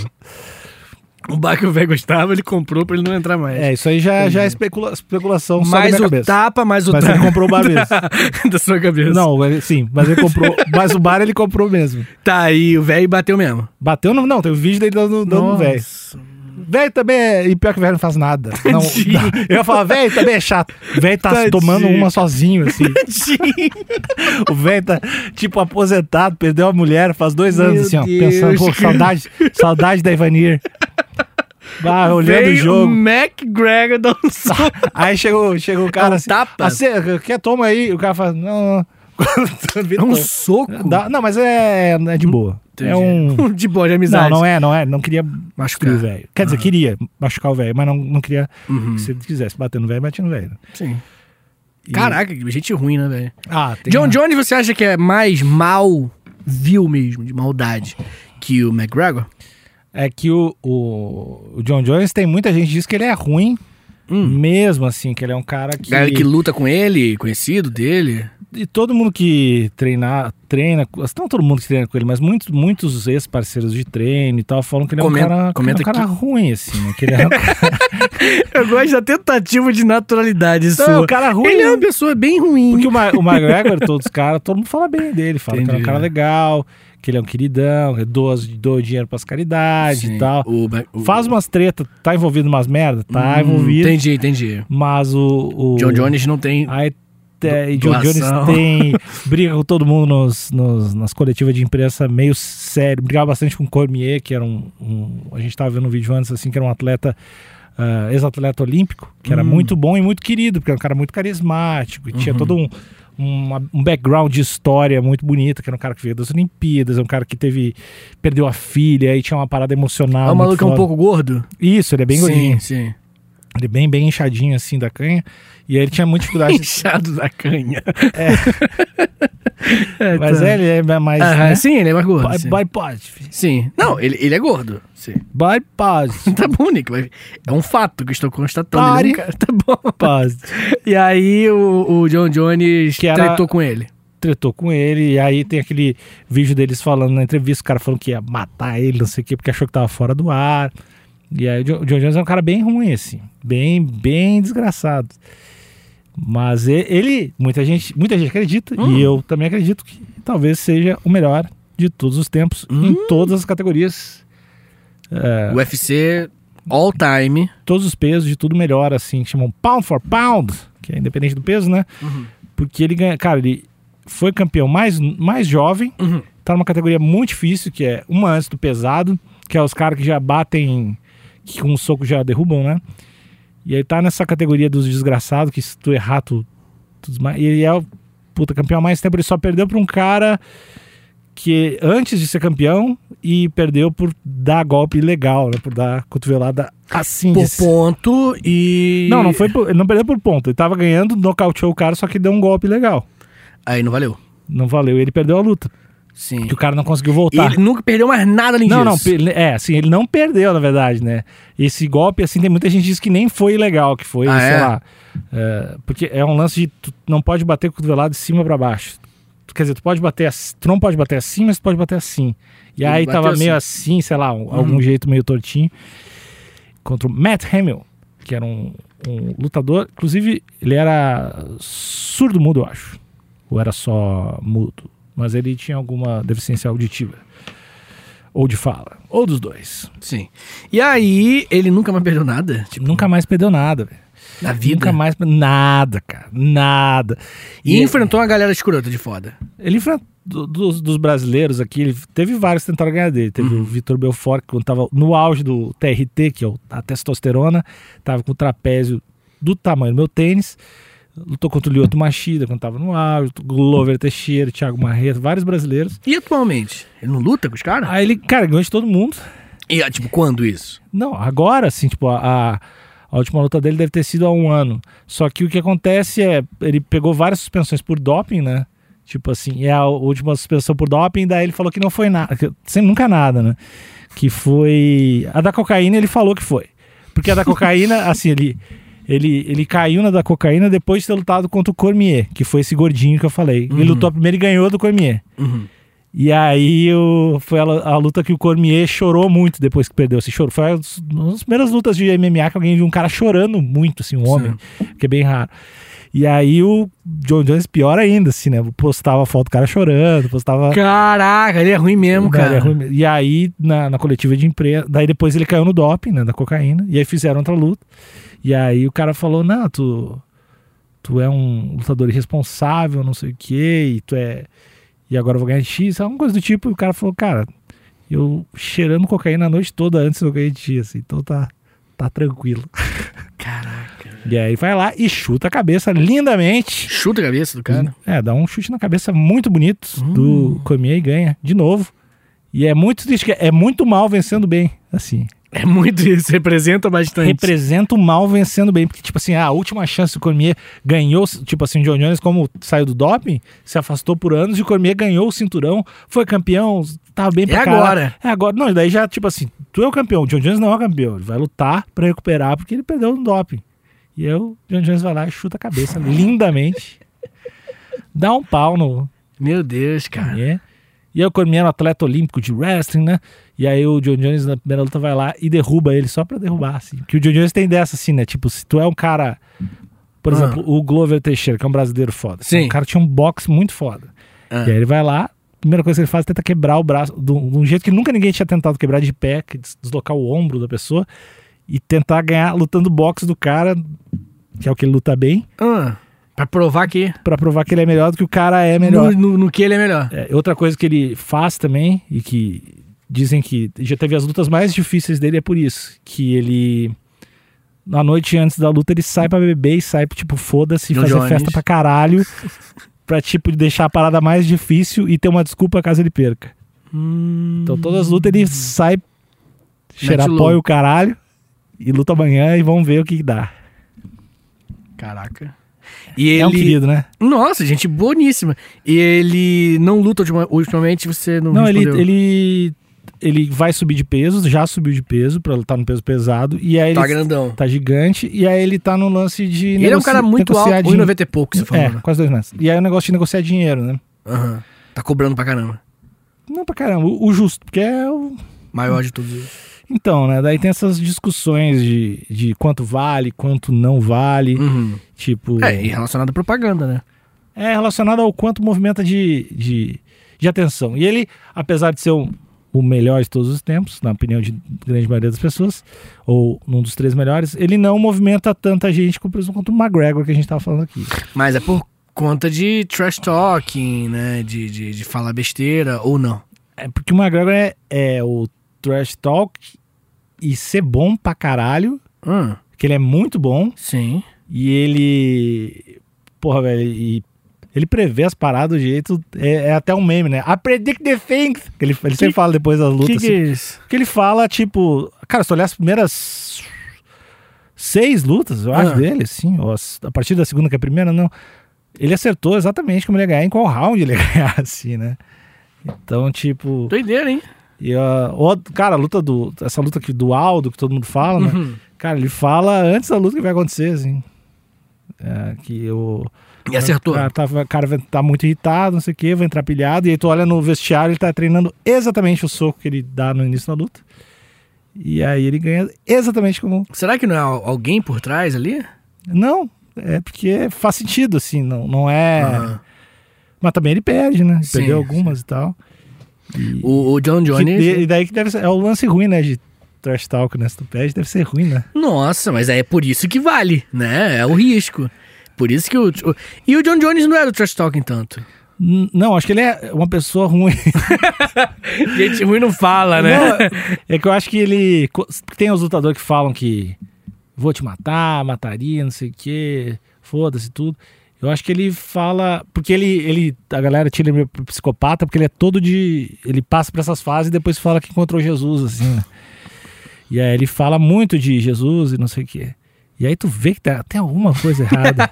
[SPEAKER 2] O bar que o velho gostava, ele comprou pra ele não entrar mais.
[SPEAKER 3] É, isso aí já, já é especula- especulação só da
[SPEAKER 2] mais
[SPEAKER 3] minha
[SPEAKER 2] o
[SPEAKER 3] cabeça.
[SPEAKER 2] tapa, mais o
[SPEAKER 3] Mas
[SPEAKER 2] tapa.
[SPEAKER 3] ele comprou o bar mesmo.
[SPEAKER 2] [LAUGHS] da, da sua cabeça.
[SPEAKER 3] Não, ele- sim, mas ele comprou. mas o bar ele comprou mesmo.
[SPEAKER 2] Tá aí, o velho bateu mesmo.
[SPEAKER 3] Bateu no. Não, tem o vídeo dele dando um dando no velho. Velho também é. E pior que velho não faz
[SPEAKER 2] [LAUGHS]
[SPEAKER 3] nada. Não,
[SPEAKER 2] Tadinho.
[SPEAKER 3] não. eu ia falar, velho também é chato. Velho tá
[SPEAKER 2] Tadinho.
[SPEAKER 3] tomando uma sozinho, assim. O velho tá, tipo, aposentado, perdeu a mulher faz dois anos,
[SPEAKER 2] Meu
[SPEAKER 3] assim, ó.
[SPEAKER 2] Deus.
[SPEAKER 3] Pensando, pô, saudade, saudade da Ivanir. Bah, [LAUGHS] olhando o
[SPEAKER 2] Veio
[SPEAKER 3] jogo. Tá,
[SPEAKER 2] McGregor dá um soco.
[SPEAKER 3] Aí chegou, chegou o cara
[SPEAKER 2] um
[SPEAKER 3] assim.
[SPEAKER 2] tapa?
[SPEAKER 3] "Ah, cê quer toma aí? O cara fala, não, [LAUGHS]
[SPEAKER 2] É
[SPEAKER 3] não.
[SPEAKER 2] um soco?
[SPEAKER 3] Dá- não, mas é, é de boa.
[SPEAKER 2] Entendi.
[SPEAKER 3] É
[SPEAKER 2] [LAUGHS]
[SPEAKER 3] um.
[SPEAKER 2] De boa, de
[SPEAKER 3] Não,
[SPEAKER 2] amizade.
[SPEAKER 3] não é, não é. Não queria machucar
[SPEAKER 2] Machucar.
[SPEAKER 3] o velho. Quer dizer, queria machucar o velho, mas não, não queria que se ele quisesse bater no velho, batia no velho.
[SPEAKER 2] Sim. Caraca, que gente ruim, né, velho?
[SPEAKER 3] Ah, tem.
[SPEAKER 2] John Jones, você acha que é mais mal vil mesmo, de maldade, que o McGregor?
[SPEAKER 3] é que o, o, o John Jones tem muita gente que diz que ele é ruim. Mesmo assim, que ele é um cara que.
[SPEAKER 2] Galera Hum. que luta com ele, conhecido dele.
[SPEAKER 3] E todo mundo que treinar, treina. assim, Não todo mundo que treina com ele, mas muitos, muitos ex-parceiros de treino e tal falam que ele
[SPEAKER 2] Comenta-
[SPEAKER 3] é um cara, que ele é
[SPEAKER 2] comenta
[SPEAKER 3] um cara ruim, assim, né? Que ele é um cara,
[SPEAKER 2] Eu gosto da tentativa de naturalidade
[SPEAKER 3] Então, é um cara ruim.
[SPEAKER 2] Ele é
[SPEAKER 3] né?
[SPEAKER 2] uma pessoa bem ruim.
[SPEAKER 3] Porque o, Ma- o McGregor, todos os caras, todo mundo fala bem dele, fala que ele é
[SPEAKER 2] Entendi.
[SPEAKER 3] um cara legal, que ele é um queridão, que doa, doa dinheiro pras caridades
[SPEAKER 2] Sim,
[SPEAKER 3] e tal.
[SPEAKER 2] o Ma- o-
[SPEAKER 3] Faz umas tretas, tá envolvido em umas merda? Tá
[SPEAKER 2] Hum,
[SPEAKER 3] envolvido.
[SPEAKER 2] Entendi, entendi.
[SPEAKER 3] Mas o. o
[SPEAKER 2] John Jones não tem.
[SPEAKER 3] Aí te- e John Jones
[SPEAKER 2] Doação.
[SPEAKER 3] tem. briga com todo mundo nos, nos- nas coletivas de imprensa meio sério. Brigava bastante com o Cormier, que era um. um- a gente tava vendo um vídeo antes, assim, que era um atleta. ah, ex-atleta olímpico, que
[SPEAKER 2] Hum.
[SPEAKER 3] era muito bom e muito querido, porque era um cara muito carismático e
[SPEAKER 2] Uhum.
[SPEAKER 3] tinha todo um, um, um background de história muito bonito, que era um cara que veio das Olimpíadas, um cara que teve perdeu a filha e tinha uma parada emocional.
[SPEAKER 2] Ah, o
[SPEAKER 3] muito
[SPEAKER 2] maluco é um
[SPEAKER 3] foda.
[SPEAKER 2] pouco gordo?
[SPEAKER 3] Isso, ele é bem
[SPEAKER 2] sim,
[SPEAKER 3] gordinho. [LAUGHS]
[SPEAKER 2] sim.
[SPEAKER 3] Ele é bem, bem inchadinho assim da canha. E aí ele tinha muita
[SPEAKER 2] [LAUGHS]
[SPEAKER 3] dificuldade
[SPEAKER 2] Inchado da canha. É.
[SPEAKER 3] Mas
[SPEAKER 2] tá.
[SPEAKER 3] é, ele é mais.
[SPEAKER 2] Aham,
[SPEAKER 3] né?
[SPEAKER 2] Sim, ele é mais gordo.
[SPEAKER 3] Bi-
[SPEAKER 2] sim.
[SPEAKER 3] bi- positive.
[SPEAKER 2] Sim. Não, ele, ele é gordo. Sim.
[SPEAKER 3] Bi- positive.
[SPEAKER 2] [LAUGHS] Tá bom, Nico. mas É um fato que estou constatando. Ele é um
[SPEAKER 3] Pare.
[SPEAKER 2] cara- [LAUGHS] [LAUGHS] Tá bom.
[SPEAKER 3] positive.
[SPEAKER 2] E aí o, o John Jones
[SPEAKER 3] Que era-
[SPEAKER 2] tretou com ele.
[SPEAKER 3] Tretou com ele, e aí tem aquele vídeo deles falando na entrevista, o cara falando que ia matar ele, não sei o quê, porque achou que tava fora do ar. E aí o Jo- o John Jones é um cara bem ruim, assim. Bem, bem desgraçado. Mas e- ele, muita gente, muita gente acredita,
[SPEAKER 2] Hum.
[SPEAKER 3] e eu também acredito que talvez seja o melhor de todos os tempos,
[SPEAKER 2] Hum.
[SPEAKER 3] em todas as categorias. É,
[SPEAKER 2] UFC all time.
[SPEAKER 3] todos os pesos de tudo melhor, assim, que chamam pound for pound, que é independente do peso, né?
[SPEAKER 2] Uhum.
[SPEAKER 3] Porque ele ganha, cara, ele foi campeão mais, mais jovem,
[SPEAKER 2] Uhum.
[SPEAKER 3] tá numa categoria muito difícil, que é uma antes do pesado, que é os caras que já batem, que com um soco já derrubam, né? E aí tá nessa categoria dos desgraçados, que se tu errar, tu, tu desma- E ele é o puta campeão há mais tempo, ele só perdeu pra um cara que antes de ser campeão e perdeu por dar golpe ilegal, né? Por dar cotovelada assim.
[SPEAKER 2] Por
[SPEAKER 3] de-
[SPEAKER 2] ponto e.
[SPEAKER 3] não, não foi por, ele não perdeu por ponto. Ele tava ganhando, nocauteou o cara, só que deu um golpe legal.
[SPEAKER 2] Aí não valeu.
[SPEAKER 3] Não valeu. Ele perdeu a luta.
[SPEAKER 2] Sim.
[SPEAKER 3] Que o cara não conseguiu
[SPEAKER 2] E
[SPEAKER 3] voltar.
[SPEAKER 2] Ele nunca perdeu mais nada além
[SPEAKER 3] tá. Não, não,
[SPEAKER 2] disso.
[SPEAKER 3] pe- ele- é, assim, ele não perdeu, na verdade, né? Esse golpe, assim, tem muita gente que diz que nem foi legal, que foi,
[SPEAKER 2] Ah,
[SPEAKER 3] sei
[SPEAKER 2] é?
[SPEAKER 3] lá. é, porque é um lance de tu não pode bater com o cotovelado de cima pra baixo. Tu- Quer dizer, tu pode bater, ass- tu não pode bater assim, mas tu pode bater assim. E
[SPEAKER 2] Ele
[SPEAKER 3] aí
[SPEAKER 2] bateu
[SPEAKER 3] tava meio assim, sei lá, um- algum jeito meio tortinho. Contra o Matt Hamill, que era um, um lutador, inclusive ele era surdo-mudo, eu acho. Ou era só mudo. Mas ele tinha alguma deficiência auditiva. Ou de fala. Ou dos dois.
[SPEAKER 2] Sim. E aí ele nunca mais perdeu nada. Tipo,
[SPEAKER 3] Tipo, nunca mais perdeu nada, velho.
[SPEAKER 2] na vida.
[SPEAKER 3] Nunca mais. Nada, cara. Nada.
[SPEAKER 2] E enfrentou uma galera escrota de foda.
[SPEAKER 3] Ele enfrentou do- dos, dos brasileiros aqui, ele teve vários que tentaram ganhar dele. Teve o Vitor Belfort, que quando tava no auge do TRT, que é o- a testosterona, tava com o trapézio do tamanho do meu tênis. Lutou contra o Lioto Machida quando tava no auge, Glover Teixeira, Thiago Marreto, vários brasileiros.
[SPEAKER 2] E atualmente? Ele não luta com os caras?
[SPEAKER 3] Aí ele, cara, ganhou de todo mundo.
[SPEAKER 2] E ah, tipo, quando isso?
[SPEAKER 3] Não, agora sim, tipo, a, a- a última luta dele deve ter sido há um ano. Só que o que acontece é, ele pegou várias suspensões por doping, né? Tipo assim, é a última suspensão por doping, daí ele falou que não foi nada, que- sem nunca nada, né? Que foi. A da cocaína ele falou que foi. Porque a da cocaína, assim, ele, ele, ele caiu na da cocaína depois de ter lutado contra o Cormier, que foi esse gordinho que eu falei. Ele lutou a primeira e ganhou do Cormier.
[SPEAKER 2] Uhum.
[SPEAKER 3] E aí o, foi a, a luta que o Cormier chorou muito depois que perdeu. Assim, chorou. Foi uma das primeiras lutas de MMA que alguém viu um cara chorando muito, assim, um homem, que é bem raro. E aí o John Jones, pior ainda, assim, né? Postava foto do cara chorando, postava.
[SPEAKER 2] Caraca, ele é ruim mesmo,
[SPEAKER 3] Cara,
[SPEAKER 2] cara.
[SPEAKER 3] é ruim mesmo. E aí, na, na coletiva de empresa, daí depois ele caiu no doping, né, da cocaína, e aí fizeram outra luta. E aí o cara falou: Não, tu, tu é um lutador irresponsável, não sei o quê, e tu é. E agora eu vou ganhar X, alguma coisa do tipo. E o cara falou: Cara, eu cheirando cocaína a noite toda antes eu ganhei X, assim, então tá, tá tranquilo.
[SPEAKER 2] Caraca.
[SPEAKER 3] E aí vai lá e chuta a cabeça lindamente.
[SPEAKER 2] Chuta a cabeça do cara.
[SPEAKER 3] É, dá um chute na cabeça muito bonito do
[SPEAKER 2] Hum.
[SPEAKER 3] Cormier e ganha de novo. E é muito triste, que é muito mal vencendo bem, assim.
[SPEAKER 2] É muito isso, representa bastante.
[SPEAKER 3] Representa o mal vencendo bem, porque tipo assim, a última chance do Cormier ganhou, tipo assim, o John Jones como saiu do doping, se afastou por anos e o Cormier ganhou o cinturão, foi campeão, tava bem pra
[SPEAKER 2] É
[SPEAKER 3] caralho.
[SPEAKER 2] agora.
[SPEAKER 3] É agora. Não, e daí já tipo assim, tu é o campeão, o John Jones não é o campeão, ele vai lutar pra recuperar porque ele perdeu no doping. E aí o John Jones vai lá e chuta a cabeça
[SPEAKER 2] [LAUGHS]
[SPEAKER 3] lindamente. Dá um pau no,
[SPEAKER 2] Meu Deus, cara.
[SPEAKER 3] é. E aí o Cormier era um atleta olímpico de wrestling, né? E aí o John Jones na primeira luta vai lá e derruba ele só pra derrubar, assim. Que o John Jones tem dessa, assim, né? Tipo, se tu é um cara... Por
[SPEAKER 2] Ah.
[SPEAKER 3] exemplo, o Glover Teixeira, que é um brasileiro foda.
[SPEAKER 2] Sim.
[SPEAKER 3] O cara tinha um boxe muito foda.
[SPEAKER 2] Ah.
[SPEAKER 3] E aí ele vai lá, a primeira coisa que ele faz é tentar quebrar o braço, de um de um jeito que nunca ninguém tinha tentado quebrar de pé, que des- deslocar o ombro da pessoa, e tentar ganhar lutando o boxe do cara, que é o que ele luta bem,
[SPEAKER 2] Ah, pra provar que
[SPEAKER 3] pra provar que ele é melhor do que o cara é melhor.
[SPEAKER 2] no, no- no que ele é melhor.
[SPEAKER 3] É, outra coisa que ele faz também, e que dizem que já teve as lutas mais difíceis dele, é por isso. Que ele. Na noite antes da luta, ele sai pra beber e sai, tipo, foda-se,
[SPEAKER 2] John
[SPEAKER 3] fazer
[SPEAKER 2] Jones.
[SPEAKER 3] festa pra
[SPEAKER 2] [LAUGHS]
[SPEAKER 3] caralho. pra, tipo, deixar a parada mais difícil e ter uma desculpa caso ele perca.
[SPEAKER 2] Hum,
[SPEAKER 3] Então todas as lutas ele sai, cheirar
[SPEAKER 2] o
[SPEAKER 3] pó e
[SPEAKER 2] louco.
[SPEAKER 3] o caralho. E luta amanhã e vamos ver o que que dá.
[SPEAKER 2] Caraca. E ele...
[SPEAKER 3] É um querido, né?
[SPEAKER 2] Nossa, gente, boníssima. E ele não luta ultima- ultimamente, você não
[SPEAKER 3] Não, ele,
[SPEAKER 2] respondeu.
[SPEAKER 3] ele, ele vai subir de peso, já subiu de peso pra lutar no peso pesado. E aí
[SPEAKER 2] Tá
[SPEAKER 3] ele
[SPEAKER 2] grandão.
[SPEAKER 3] Tá gigante. E aí ele tá no lance de.
[SPEAKER 2] Ele é um cara muito alto,
[SPEAKER 3] negociar dinhe-
[SPEAKER 2] 1,90 e pouco, você falou.
[SPEAKER 3] É,
[SPEAKER 2] né?
[SPEAKER 3] quase dois metros. E aí o negócio de negociar dinheiro, né?
[SPEAKER 2] Aham. Tá cobrando pra caramba.
[SPEAKER 3] Não pra caramba, o, o justo, porque é o.
[SPEAKER 2] Maior de todos. eles.
[SPEAKER 3] Então, né? Daí tem essas discussões de, de quanto vale, quanto não vale.
[SPEAKER 2] Uhum.
[SPEAKER 3] Tipo.
[SPEAKER 2] É, e relacionado à propaganda, né?
[SPEAKER 3] é relacionado ao quanto movimenta de, de, de atenção. E ele, apesar de ser um- o melhor de todos os tempos, na opinião de grande maioria das pessoas, ou um dos três melhores, ele não movimenta tanta gente como, por exemplo, quanto o McGregor que a gente tava falando aqui.
[SPEAKER 2] Mas é por conta de trash talking, né? De, de, de falar besteira ou não.
[SPEAKER 3] É porque o McGregor é, é o trash talk e ser bom pra caralho,
[SPEAKER 2] Hum,
[SPEAKER 3] que ele é muito bom
[SPEAKER 2] sim.
[SPEAKER 3] e ele. Porra, velho, e ele prevê as paradas do jeito. É, é até um meme, né? I predict the things! Que ele, ele sempre fala depois das lutas.
[SPEAKER 2] que,
[SPEAKER 3] assim,
[SPEAKER 2] que é isso?
[SPEAKER 3] que ele fala, tipo, cara, se tu olhar as primeiras seis lutas, eu acho,
[SPEAKER 2] Ah.
[SPEAKER 3] dele, assim, ou as- a partir da segunda que é a primeira, não. Ele acertou exatamente como ele ia ganhar, em qual round ele ia [LAUGHS] ganhar, assim, né? Então, tipo.
[SPEAKER 2] Doideira, hein?
[SPEAKER 3] E, ah, o- cara, a luta do. Essa luta aqui do Aldo, que todo mundo fala, né?
[SPEAKER 2] Uhum.
[SPEAKER 3] Cara, ele fala antes da luta que vai acontecer, assim. É, que o.
[SPEAKER 2] E acertou.
[SPEAKER 3] O cara, tá, o cara vai tá muito irritado, não sei o quê, vai entrar pilhado. E aí tu olha no vestiário, ele tá treinando exatamente o soco que ele dá no início da luta. E aí ele ganha exatamente como.
[SPEAKER 2] Será que não é al- alguém por trás ali?
[SPEAKER 3] Não, é porque faz sentido, assim, não, não é.
[SPEAKER 2] Aham.
[SPEAKER 3] Mas também ele perde, né? Ele
[SPEAKER 2] Sim,
[SPEAKER 3] Perdeu algumas e tal.
[SPEAKER 2] O, o John
[SPEAKER 3] Que
[SPEAKER 2] Jones.
[SPEAKER 3] de- e daí que deve ser. É o lance ruim, né? De trash talk, né? Se tu perde, deve ser ruim, né?
[SPEAKER 2] Nossa, mas é por isso que vale, né? É o risco. Por isso que o. o- E o John Jones não era do trash talking tanto.
[SPEAKER 3] N- Não, acho que ele é uma pessoa ruim.
[SPEAKER 2] Gente ruim não fala, né?
[SPEAKER 3] Não,
[SPEAKER 2] [LAUGHS]
[SPEAKER 3] é que eu acho que ele. co- Tem os lutadores que falam que vou te matar, mataria, não sei o quê, foda-se tudo. Eu acho que ele fala. Porque ele. ele a galera tira ele meio pro psicopata, porque ele é todo de. Ele passa por essas fases e depois fala que encontrou Jesus, assim, né? E aí ele fala muito de Jesus e não sei o quê. E aí tu vê que tá- tem alguma coisa
[SPEAKER 2] [LAUGHS]
[SPEAKER 3] errada.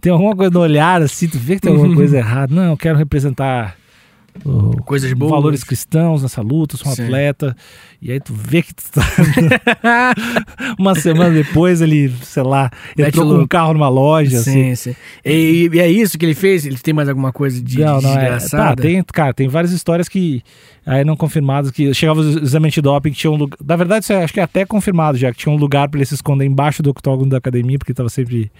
[SPEAKER 3] tem alguma coisa no olhar, assim, tu vê que tem alguma
[SPEAKER 2] [LAUGHS]
[SPEAKER 3] coisa errada. Não, eu quero representar. o-
[SPEAKER 2] Coisas boas.
[SPEAKER 3] Valores cristãos nessa luta, eu sou um
[SPEAKER 2] Sim.
[SPEAKER 3] atleta. E aí tu vê que tu tá... [LAUGHS] uma semana depois ele, sei lá,
[SPEAKER 2] Mete
[SPEAKER 3] entrou com um
[SPEAKER 2] louco.
[SPEAKER 3] carro numa loja, assim.
[SPEAKER 2] Sim, sim. E, e é isso que ele fez? Ele tem mais alguma coisa de
[SPEAKER 3] Não, não, é. Tá,
[SPEAKER 2] desgraçada?
[SPEAKER 3] tem, cara, tem várias histórias que aí não confirmadas, que chegava os exames de doping, que tinha um lugar. Na verdade, isso é- acho que é até confirmado já, que tinha um lugar pra ele se esconder embaixo do octógono da academia, porque tava sempre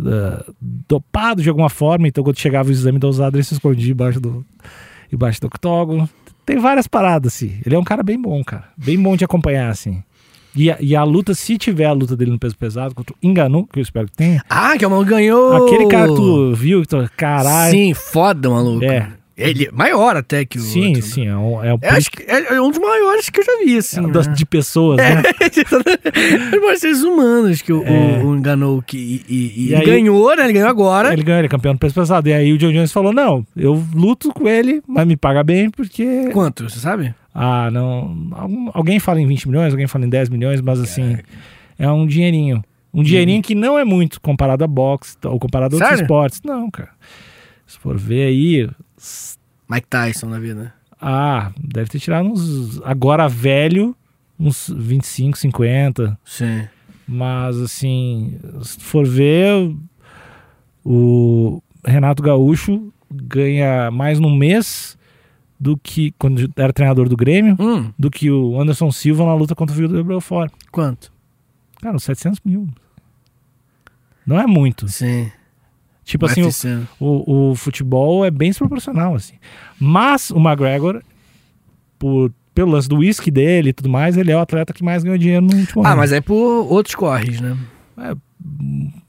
[SPEAKER 3] ah, dopado de alguma forma, então quando chegava o exame da usada, ele se escondia embaixo do, embaixo do octógono. Tem várias paradas, assim. Ele é um cara bem bom, cara. Bem bom de acompanhar, assim. E a, e a luta, se tiver a luta dele no peso pesado contra o Enganu, que eu espero que tenha.
[SPEAKER 2] Ah, que o maluco ganhou.
[SPEAKER 3] Aquele cara que tu viu, que tu, caralho.
[SPEAKER 2] Sim, foda, maluco.
[SPEAKER 3] É.
[SPEAKER 2] Ele é maior até que o
[SPEAKER 3] sim,
[SPEAKER 2] outro, né?
[SPEAKER 3] sim. É um, é um
[SPEAKER 2] É, acho que é é um dos maiores que eu já vi, assim.
[SPEAKER 3] é um
[SPEAKER 2] né? [LAUGHS]
[SPEAKER 3] das- de pessoas, né?
[SPEAKER 2] Os maiores seres humanos que o,
[SPEAKER 3] É.
[SPEAKER 2] o- o enganou que, e, e- e
[SPEAKER 3] E aí-
[SPEAKER 2] ganhou, né? Ele ganhou agora.
[SPEAKER 3] Ele ganhou, ele é campeão do peso pesado. E aí o John Jones falou: não, eu luto com ele, mas me paga bem, porque.
[SPEAKER 2] Quanto, você sabe?
[SPEAKER 3] Ah, não. algum- alguém fala em 20 milhões, alguém fala em 10 milhões, mas assim, é um dinheirinho. Um dinheirinho que não é muito comparado a boxe ou comparado a outros
[SPEAKER 2] Uhum. Sério?
[SPEAKER 3] esportes. Não, cara. Se for ver aí. s-
[SPEAKER 2] Mike Tyson na vida, né?
[SPEAKER 3] Ah, deve ter tirado uns. Agora velho, uns 25, 50.
[SPEAKER 2] Sim.
[SPEAKER 3] Mas assim, se for ver, o Renato Gaúcho ganha mais num mês do que quando era treinador do Grêmio,
[SPEAKER 2] Hum,
[SPEAKER 3] do que o Anderson Silva na luta contra o Vitor Belfort.
[SPEAKER 2] quanto?
[SPEAKER 3] Cara, uns 700 mil. Não é muito.
[SPEAKER 2] Sim.
[SPEAKER 3] Tipo assim, o,
[SPEAKER 2] UFC.
[SPEAKER 3] o, o futebol é bem desproporcional, assim. Mas o McGregor, por, pelo lance do uísque dele e tudo mais, ele é o atleta que mais ganhou dinheiro no último
[SPEAKER 2] Ah,
[SPEAKER 3] ano.
[SPEAKER 2] mas é por outros corres, né?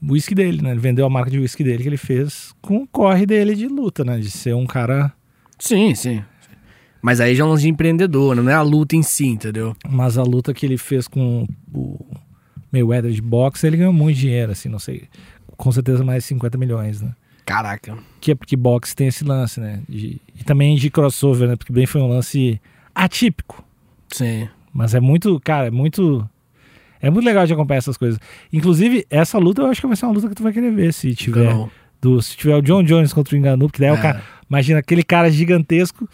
[SPEAKER 3] o uísque dele, né? Ele vendeu a marca de uísque dele que ele fez com o corre dele de luta, né? De ser um cara.
[SPEAKER 2] Sim, sim. Mas aí já é um lance de empreendedor, né? não é a luta em si, entendeu?
[SPEAKER 3] Mas a luta que ele fez com o Mayweather de boxe, ele ganhou muito dinheiro, assim, não sei. Com certeza mais de 50 milhões, né?
[SPEAKER 2] Caraca.
[SPEAKER 3] Que é porque boxe tem esse lance, né? De- e também de crossover, né? Porque bem foi um lance atípico.
[SPEAKER 2] Sim.
[SPEAKER 3] Mas é muito, cara, é muito. É muito legal de acompanhar essas coisas. Inclusive, essa luta eu acho que vai ser uma luta que tu vai querer ver se tiver.
[SPEAKER 2] Ganhou.
[SPEAKER 3] do- se tiver o John Jones contra o Enganu, que daí é o
[SPEAKER 2] É.
[SPEAKER 3] cara, imagina aquele cara gigantesco.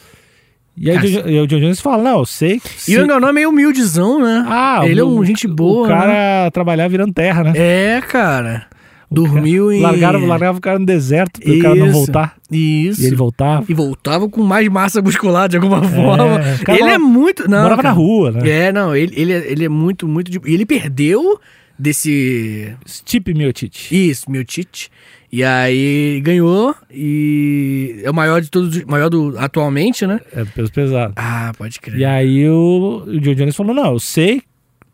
[SPEAKER 3] E aí o
[SPEAKER 2] Cara,
[SPEAKER 3] John, e o John Jones fala: Não, eu sei. que
[SPEAKER 2] E
[SPEAKER 3] se-
[SPEAKER 2] o Enganou é meio humildezão, né?
[SPEAKER 3] Ah,
[SPEAKER 2] ele é
[SPEAKER 3] o-
[SPEAKER 2] um gente boa.
[SPEAKER 3] O
[SPEAKER 2] né?
[SPEAKER 3] cara trabalhava virando terra, né?
[SPEAKER 2] É, cara.
[SPEAKER 3] O
[SPEAKER 2] Dormiu
[SPEAKER 3] cara,
[SPEAKER 2] em.
[SPEAKER 3] Largaram, largava o cara no deserto pro cara não
[SPEAKER 2] Isso.
[SPEAKER 3] voltar.
[SPEAKER 2] Isso.
[SPEAKER 3] E ele voltava.
[SPEAKER 2] E voltava com mais massa muscular de alguma forma.
[SPEAKER 3] o cara
[SPEAKER 2] ele
[SPEAKER 3] mora-
[SPEAKER 2] é muito. Não,
[SPEAKER 3] Morava
[SPEAKER 2] cara.
[SPEAKER 3] na rua, né?
[SPEAKER 2] É, não, ele, ele, é, ele é muito, muito. De... E ele perdeu desse.
[SPEAKER 3] Stipe Miotite.
[SPEAKER 2] Isso, Miltic. E aí ganhou. E é o maior de todos. os- Maior do atualmente, né?
[SPEAKER 3] É do peso pesado.
[SPEAKER 2] Ah, pode crer.
[SPEAKER 3] E aí o, o John Jones falou: Não, eu sei. que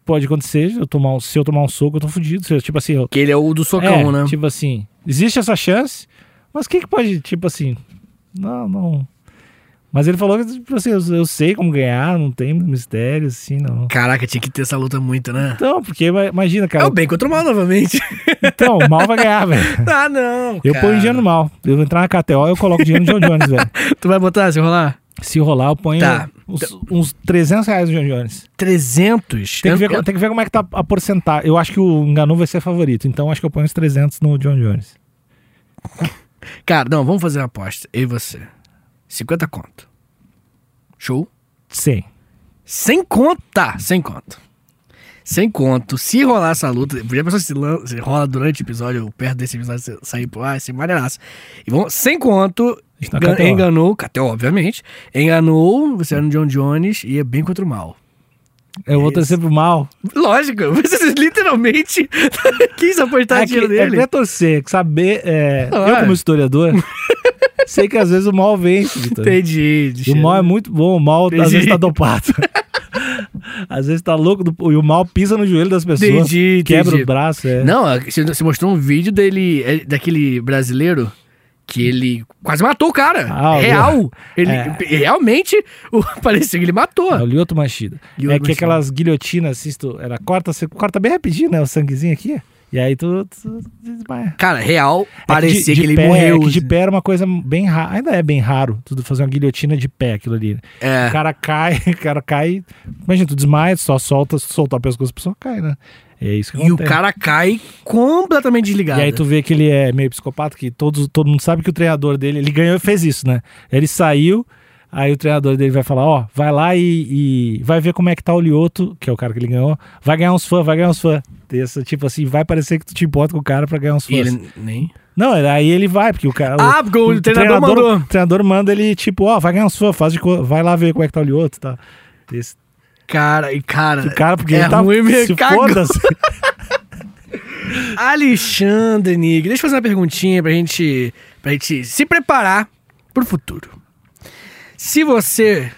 [SPEAKER 3] Pode acontecer, eu tomar, um- se eu tomar um soco, eu tô fudido. Se eu- Tipo assim, eu,
[SPEAKER 2] Que ele é o do socão,
[SPEAKER 3] É,
[SPEAKER 2] né?
[SPEAKER 3] Tipo assim, existe essa chance, mas o que, que pode, tipo assim, não, não. Mas ele falou que, tipo assim, eu, eu sei como ganhar, não tem mistério, assim, não.
[SPEAKER 2] Caraca, tinha que ter essa luta muito, né?
[SPEAKER 3] Então, porque ima- imagina,
[SPEAKER 2] É
[SPEAKER 3] cara.
[SPEAKER 2] o [LAUGHS] bem contra o
[SPEAKER 3] [LAUGHS]
[SPEAKER 2] mal novamente.
[SPEAKER 3] Então, o mal vai ganhar, velho.
[SPEAKER 2] ah, não.
[SPEAKER 3] Eu
[SPEAKER 2] cara.
[SPEAKER 3] ponho dinheiro no mal. Eu entrar na KTO, eu coloco dinheiro no John Jones, velho.
[SPEAKER 2] Tu vai botar, se rolar?
[SPEAKER 3] Se rolar, eu ponho
[SPEAKER 2] Tá.
[SPEAKER 3] uns, uns 300 reais no John Jones.
[SPEAKER 2] 300?
[SPEAKER 3] Tem que, ver,
[SPEAKER 2] Eu-
[SPEAKER 3] co- tem que ver como é que tá a porcentagem. Eu acho que o Enganu vai ser favorito, então acho que eu ponho uns 300 no John Jones.
[SPEAKER 2] Cara, não, vamos fazer uma aposta. Eu e você. 50 conto. Show?
[SPEAKER 3] 100.
[SPEAKER 2] Sem conta! Sem conto. Sem conto. Se rolar essa luta, podia pensar se, lan- se rola durante o episódio, ou perto desse episódio, se sair ah, pro ar, se maneiraça. é E vamos, sem conto,
[SPEAKER 3] Está
[SPEAKER 2] engan-
[SPEAKER 3] KTO.
[SPEAKER 2] enganou, até obviamente, enganou, você era no John Jones e é bem contra o mal.
[SPEAKER 3] Eu vou torcer pro mal.
[SPEAKER 2] Lógico, [LAUGHS] você literalmente [LAUGHS] quis apostar
[SPEAKER 3] é que,
[SPEAKER 2] dinheiro
[SPEAKER 3] É que
[SPEAKER 2] nele.
[SPEAKER 3] não é torcer, que saber. é,
[SPEAKER 2] Ah,
[SPEAKER 3] eu,
[SPEAKER 2] é.
[SPEAKER 3] como
[SPEAKER 2] [LAUGHS]
[SPEAKER 3] historiador, sei que às vezes o mal vence, Vitor.
[SPEAKER 2] Entendi.
[SPEAKER 3] E o
[SPEAKER 2] Cristiano.
[SPEAKER 3] mal é muito bom, o mal às
[SPEAKER 2] Entendi.
[SPEAKER 3] vezes tá dopado. [LAUGHS] às vezes tá louco do- e o mal pisa no joelho das pessoas.
[SPEAKER 2] Entendi,
[SPEAKER 3] quebra
[SPEAKER 2] entendi.
[SPEAKER 3] o braço. É.
[SPEAKER 2] Não, você você mostrou um vídeo dele, é, daquele brasileiro que ele quase matou o cara.
[SPEAKER 3] Ah, o- [LAUGHS]
[SPEAKER 2] Real. Ele,
[SPEAKER 3] é.
[SPEAKER 2] Realmente, o, [LAUGHS] parecia que ele matou.
[SPEAKER 3] É o Lioto Machida.
[SPEAKER 2] Lyoto
[SPEAKER 3] é que
[SPEAKER 2] Machida.
[SPEAKER 3] aquelas guilhotinas, assim, tu, ela corta, você corta bem rapidinho, né? O sanguezinho aqui. E aí tu, tu desmaia.
[SPEAKER 2] Cara, real,
[SPEAKER 3] É que
[SPEAKER 2] parecia
[SPEAKER 3] de- de
[SPEAKER 2] que ele
[SPEAKER 3] pé-
[SPEAKER 2] morreu. né?
[SPEAKER 3] É que de pé era uma coisa bem rara. Ainda é bem raro tu fazer uma guilhotina de pé aquilo ali. né?
[SPEAKER 2] É.
[SPEAKER 3] O cara cai, [LAUGHS] o cara cai. Imagina, tu desmaia, tu só solta, se tu soltar o pescoço, a pessoa cai, né? É isso que
[SPEAKER 2] E o
[SPEAKER 3] acontece.
[SPEAKER 2] cara cai completamente desligado.
[SPEAKER 3] E aí tu vê que ele é meio psicopata, que todos, todo mundo sabe que o treinador dele, ele ganhou e fez isso, né? Ele saiu, aí o treinador dele vai falar, ó, vai lá e, e vai ver como é que tá o Lioto, que é o cara que ele ganhou, vai ganhar uns fãs, vai ganhar uns fãs. Essa, tipo assim, vai parecer que tu te importa com o cara pra ganhar uns
[SPEAKER 2] E
[SPEAKER 3] fãs.
[SPEAKER 2] ele nem.
[SPEAKER 3] Não, aí ele vai, porque o cara.
[SPEAKER 2] Ah, porque o treinador mandou.
[SPEAKER 3] O treinador manda ele, tipo, ó, vai ganhar uns fãs, faz de co- vai lá ver como é que tá o Lioto e tal. Esse
[SPEAKER 2] Cara, e cara.
[SPEAKER 3] o cara, porque
[SPEAKER 2] é
[SPEAKER 3] ele tá
[SPEAKER 2] [LAUGHS] ruim mesmo.
[SPEAKER 3] se
[SPEAKER 2] cagou.
[SPEAKER 3] foda-se.
[SPEAKER 2] Alexandre Nigri, deixa eu fazer uma perguntinha pra gente, pra gente se preparar pro futuro. Se você.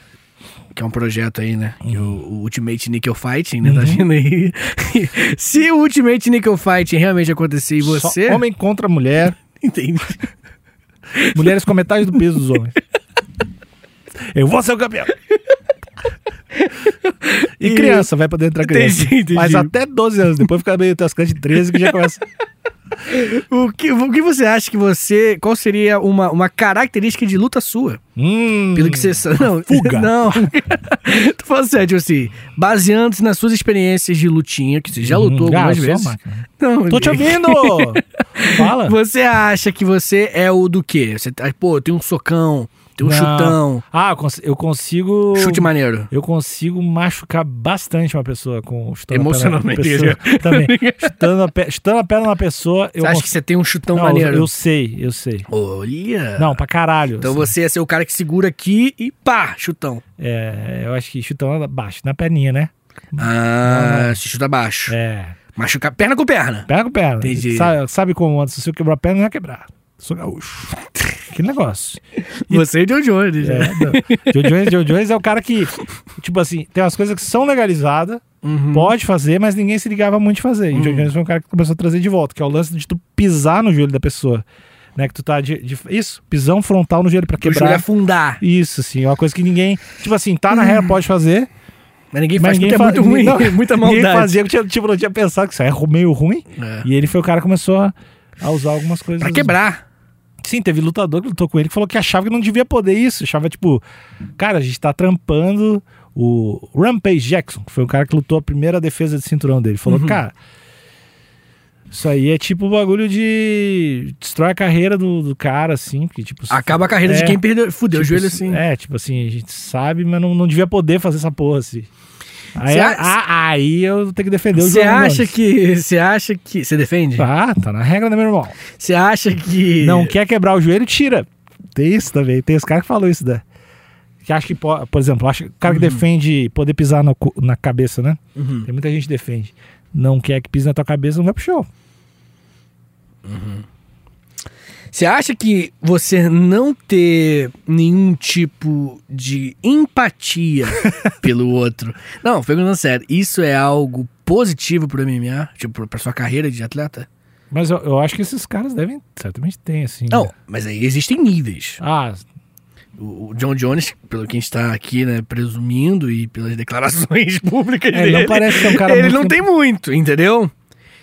[SPEAKER 2] Que é um projeto aí, né? que O, o Ultimate Nickel Fighting,
[SPEAKER 3] Uhum.
[SPEAKER 2] né? Tá vindo aí. [LAUGHS] se o Ultimate Nickel Fighting realmente acontecer e
[SPEAKER 3] Só
[SPEAKER 2] você.
[SPEAKER 3] homem contra mulher.
[SPEAKER 2] [LAUGHS] Entendi.
[SPEAKER 3] Mulheres com metade do peso dos homens. Eu vou ser o campeão. E
[SPEAKER 2] E-
[SPEAKER 3] criança, vai pra dentro da criança.
[SPEAKER 2] Entendi, entendi.
[SPEAKER 3] Mas até 12 anos, depois fica meio tascante de 13 que já começa.
[SPEAKER 2] O que, o que você acha que você. Qual seria uma, uma característica de luta sua?
[SPEAKER 3] Hum,
[SPEAKER 2] Pelo que você sabe. Não,
[SPEAKER 3] fuga.
[SPEAKER 2] [LAUGHS] Não. Tô falando sério, tipo assim, baseando-se nas suas experiências de lutinha, que você já lutou
[SPEAKER 3] Hum,
[SPEAKER 2] algumas
[SPEAKER 3] ah, só
[SPEAKER 2] vezes.
[SPEAKER 3] máquina.
[SPEAKER 2] Não,
[SPEAKER 3] Tô te ouvindo! [LAUGHS] Fala.
[SPEAKER 2] Você acha que você é o do quê? Você, tá- pô, tem um socão, tem um
[SPEAKER 3] Não.
[SPEAKER 2] chutão,
[SPEAKER 3] Ah, eu cons- eu consigo.
[SPEAKER 2] chute maneiro.
[SPEAKER 3] Eu consigo machucar bastante uma pessoa com chutando
[SPEAKER 2] Emocionalmente,
[SPEAKER 3] A perna na
[SPEAKER 2] [LAUGHS]
[SPEAKER 3] pessoa, também. chutando, a pe- chutando a perna na pessoa, eu
[SPEAKER 2] Você acha que
[SPEAKER 3] consigo.
[SPEAKER 2] você tem um chutão
[SPEAKER 3] Não, eu,
[SPEAKER 2] maneiro?
[SPEAKER 3] eu sei, eu sei.
[SPEAKER 2] Olha!
[SPEAKER 3] Não, pra caralho.
[SPEAKER 2] Então
[SPEAKER 3] assim.
[SPEAKER 2] você ia ser o cara que segura aqui e pá, chutão.
[SPEAKER 3] É, eu acho que chutando abaixo, na perninha, né?
[SPEAKER 2] Ah, se chuta baixo.
[SPEAKER 3] É.
[SPEAKER 2] Machucar perna com
[SPEAKER 3] [LAUGHS]
[SPEAKER 2] perna.
[SPEAKER 3] Perna com perna.
[SPEAKER 2] Entendi.
[SPEAKER 3] Sabe, sabe como antes, se eu quebrar a perna, não ia quebrar. Sou gaúcho. que negócio.
[SPEAKER 2] Você é de onde, onde,
[SPEAKER 3] É,
[SPEAKER 2] né?
[SPEAKER 3] não. Joe Jones, Joe Jones é o cara que, tipo assim, tem umas coisas que são legalizadas,
[SPEAKER 2] Uhum.
[SPEAKER 3] pode fazer, mas ninguém se ligava muito de fazer. E o Joe Jones foi um cara que começou a trazer de volta, que é o lance de tu pisar no joelho da pessoa. Né, que tu tá de, de- Isso, pisão frontal no joelho pra
[SPEAKER 2] O joelho é
[SPEAKER 3] quebrar.
[SPEAKER 2] afundar.
[SPEAKER 3] Isso, assim, é uma coisa que ninguém. Tipo assim, tá
[SPEAKER 2] Uhum.
[SPEAKER 3] na regra, pode fazer.
[SPEAKER 2] Mas ninguém
[SPEAKER 3] Mas
[SPEAKER 2] faz
[SPEAKER 3] ninguém
[SPEAKER 2] porque é
[SPEAKER 3] fa-
[SPEAKER 2] muito ruim,
[SPEAKER 3] não,
[SPEAKER 2] [LAUGHS] muita
[SPEAKER 3] [LAUGHS] Ninguém
[SPEAKER 2] maldade.
[SPEAKER 3] fazia, tinha- tipo, não tinha pensado que isso é ru- meio ruim.
[SPEAKER 2] É.
[SPEAKER 3] E ele foi o cara que começou a, a usar algumas coisas. assim.
[SPEAKER 2] Pra quebrar.
[SPEAKER 3] Sim, teve lutador que lutou com ele que falou que achava que não devia poder isso. Achava, tipo, cara, a gente tá trampando o Rampage Jackson, que foi o cara que lutou a primeira defesa de cinturão dele. Falou, cara, isso aí é tipo o bagulho de destrói a carreira do, do cara, assim, porque, tipo... se-
[SPEAKER 2] Acaba a carreira
[SPEAKER 3] É,
[SPEAKER 2] de quem perdeu. Fudeu
[SPEAKER 3] tipo,
[SPEAKER 2] o joelho
[SPEAKER 3] se-
[SPEAKER 2] assim.
[SPEAKER 3] É, tipo assim, a gente sabe, mas não, não devia poder fazer essa porra, assim. Aí,
[SPEAKER 2] Cê
[SPEAKER 3] a-
[SPEAKER 2] a-
[SPEAKER 3] a- aí eu tenho que defender o
[SPEAKER 2] Você
[SPEAKER 3] João
[SPEAKER 2] acha
[SPEAKER 3] Nunes.
[SPEAKER 2] que. Você acha que. Você defende?
[SPEAKER 3] Tá, tá na regra, né, meu irmão?
[SPEAKER 2] Você acha que.
[SPEAKER 3] Não quer quebrar o joelho, tira. Tem isso também. Tem os caras que falam isso, né? Que acha que, po- por exemplo, acha, o cara que defende poder pisar no cu- na cabeça, né?
[SPEAKER 2] Uhum.
[SPEAKER 3] Tem muita gente que defende. Não quer que pise na tua cabeça, não vai pro show.
[SPEAKER 2] Você acha que você não ter nenhum tipo de [LAUGHS] empatia pelo outro. Não, perguntando sério, isso é algo positivo pro MMA? Tipo, pra sua carreira de atleta?
[SPEAKER 3] Mas eu, eu acho que esses caras devem, certamente tem, assim.
[SPEAKER 2] Não, mas aí existem níveis.
[SPEAKER 3] Ah,
[SPEAKER 2] O o John Jones, pelo que a gente tá aqui, né, presumindo e pelas declarações [LAUGHS] públicas
[SPEAKER 3] é, ele
[SPEAKER 2] dele.
[SPEAKER 3] não parece ser um cara
[SPEAKER 2] ele
[SPEAKER 3] muito...
[SPEAKER 2] não tem muito, entendeu?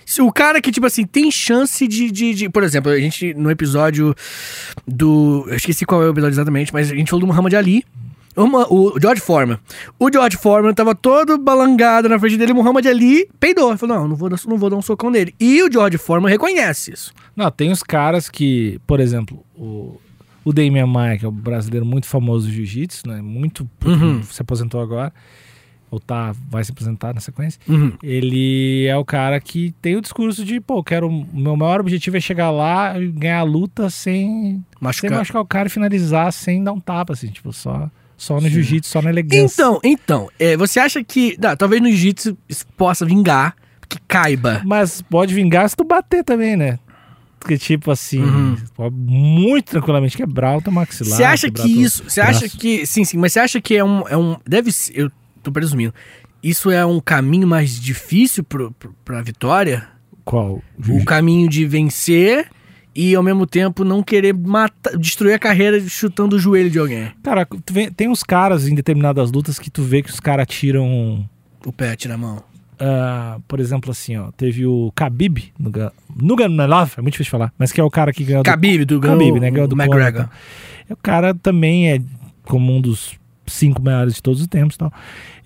[SPEAKER 2] Se o cara que, tipo assim, tem chance de, de, de- Por exemplo, a gente, no episódio do. Eu esqueci qual é o episódio exatamente, mas a gente falou do Muhammad Ali. Uma- o George Foreman. O George Foreman tava todo balangado na frente dele, o Muhammad Ali peidou. Ele falou: não, não vou, dar- não vou dar um socão nele. E o George Foreman reconhece isso.
[SPEAKER 3] Não, tem os caras que, por exemplo, o, o Damian Maia, que é um brasileiro muito famoso do jiu-jitsu, né? Muito.
[SPEAKER 2] Uhum.
[SPEAKER 3] Se aposentou agora. Ou tá, vai se aposentar na sequência. Ele é o cara que tem o discurso de, pô, quero. Meu maior objetivo é chegar lá e ganhar a luta sem, sem
[SPEAKER 2] Machucar.
[SPEAKER 3] machucar o cara e finalizar sem dar um tapa, assim, tipo, só, só no jiu-jitsu, só na elegância.
[SPEAKER 2] Então, então, é, você acha que. tá, talvez no Jiu-Jitsu isso possa vingar, que caiba.
[SPEAKER 3] Mas pode vingar se tu bater também, né? Porque, tipo assim,
[SPEAKER 2] Uhum.
[SPEAKER 3] pode muito tranquilamente quebrar o teu maxilar.
[SPEAKER 2] Você acha
[SPEAKER 3] quebrar
[SPEAKER 2] que
[SPEAKER 3] teu
[SPEAKER 2] isso. Você acha
[SPEAKER 3] braço.
[SPEAKER 2] que. Sim, sim, mas você acha que é um. É um deve ser. Eu tô presumindo. Isso é um caminho mais difícil pro, pro, pra vitória?
[SPEAKER 3] Qual?
[SPEAKER 2] O caminho de vencer e ao mesmo tempo não querer matar, destruir a carreira chutando o joelho de alguém.
[SPEAKER 3] Cara, tu vê- tem uns caras em determinadas lutas que tu vê que os caras tiram.
[SPEAKER 2] O pé tira a mão.
[SPEAKER 3] ah, por exemplo, assim, ó. Teve o Khabib, Nuga- Nuganulov, é muito difícil de falar, mas que é o cara que ganhou
[SPEAKER 2] Khabib, do
[SPEAKER 3] do Khabib,
[SPEAKER 2] ganhou
[SPEAKER 3] né? Ganhou do Conor,
[SPEAKER 2] McGregor.
[SPEAKER 3] então. E O cara também é como um dos cinco maiores de todos os tempos e tal.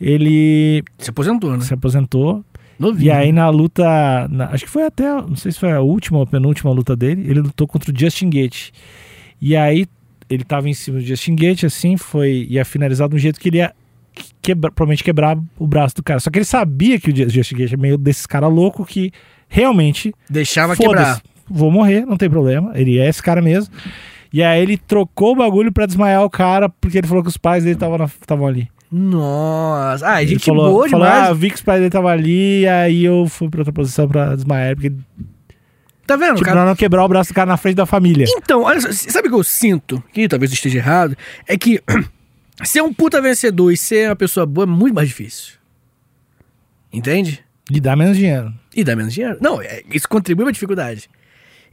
[SPEAKER 3] Ele
[SPEAKER 2] Se aposentou, né?
[SPEAKER 3] se aposentou, e
[SPEAKER 2] Novinho.
[SPEAKER 3] aí na luta, na- acho que foi até, não sei se foi a última ou penúltima luta dele, ele lutou contra o Justin Gate. E aí ele tava em cima do Justin Gate, assim, foi, ia finalizar de um jeito que ele ia que- quebra, provavelmente quebrar o braço do cara. Só que ele sabia que o Ju- Justin Gate é meio desses cara louco que realmente
[SPEAKER 2] Deixava
[SPEAKER 3] Foda-se,
[SPEAKER 2] quebrar.
[SPEAKER 3] Vou morrer, não tem problema. Ele é esse cara mesmo. E aí ele trocou o bagulho pra desmaiar o cara, porque ele falou que os pais dele estavam na- estavam ali.
[SPEAKER 2] Nossa. Ah,
[SPEAKER 3] Ele
[SPEAKER 2] gente
[SPEAKER 3] falou, "Ah,
[SPEAKER 2] boa
[SPEAKER 3] falou,
[SPEAKER 2] demais.
[SPEAKER 3] ah, eu vi que os pais dele estavam ali, e aí eu fui pra outra posição pra desmaiar, porque
[SPEAKER 2] Tá vendo,
[SPEAKER 3] Tipo,
[SPEAKER 2] cara?
[SPEAKER 3] pra não quebrar o braço do cara na frente da família.
[SPEAKER 2] Então, olha só, sabe o que eu sinto? Que talvez eu esteja errado. É que [CLEARS THROAT] ser um puta vencedor e ser uma pessoa boa é muito mais difícil. Entende?
[SPEAKER 3] E dá menos dinheiro.
[SPEAKER 2] E dá menos dinheiro. Não, é- isso contribui pra dificuldade.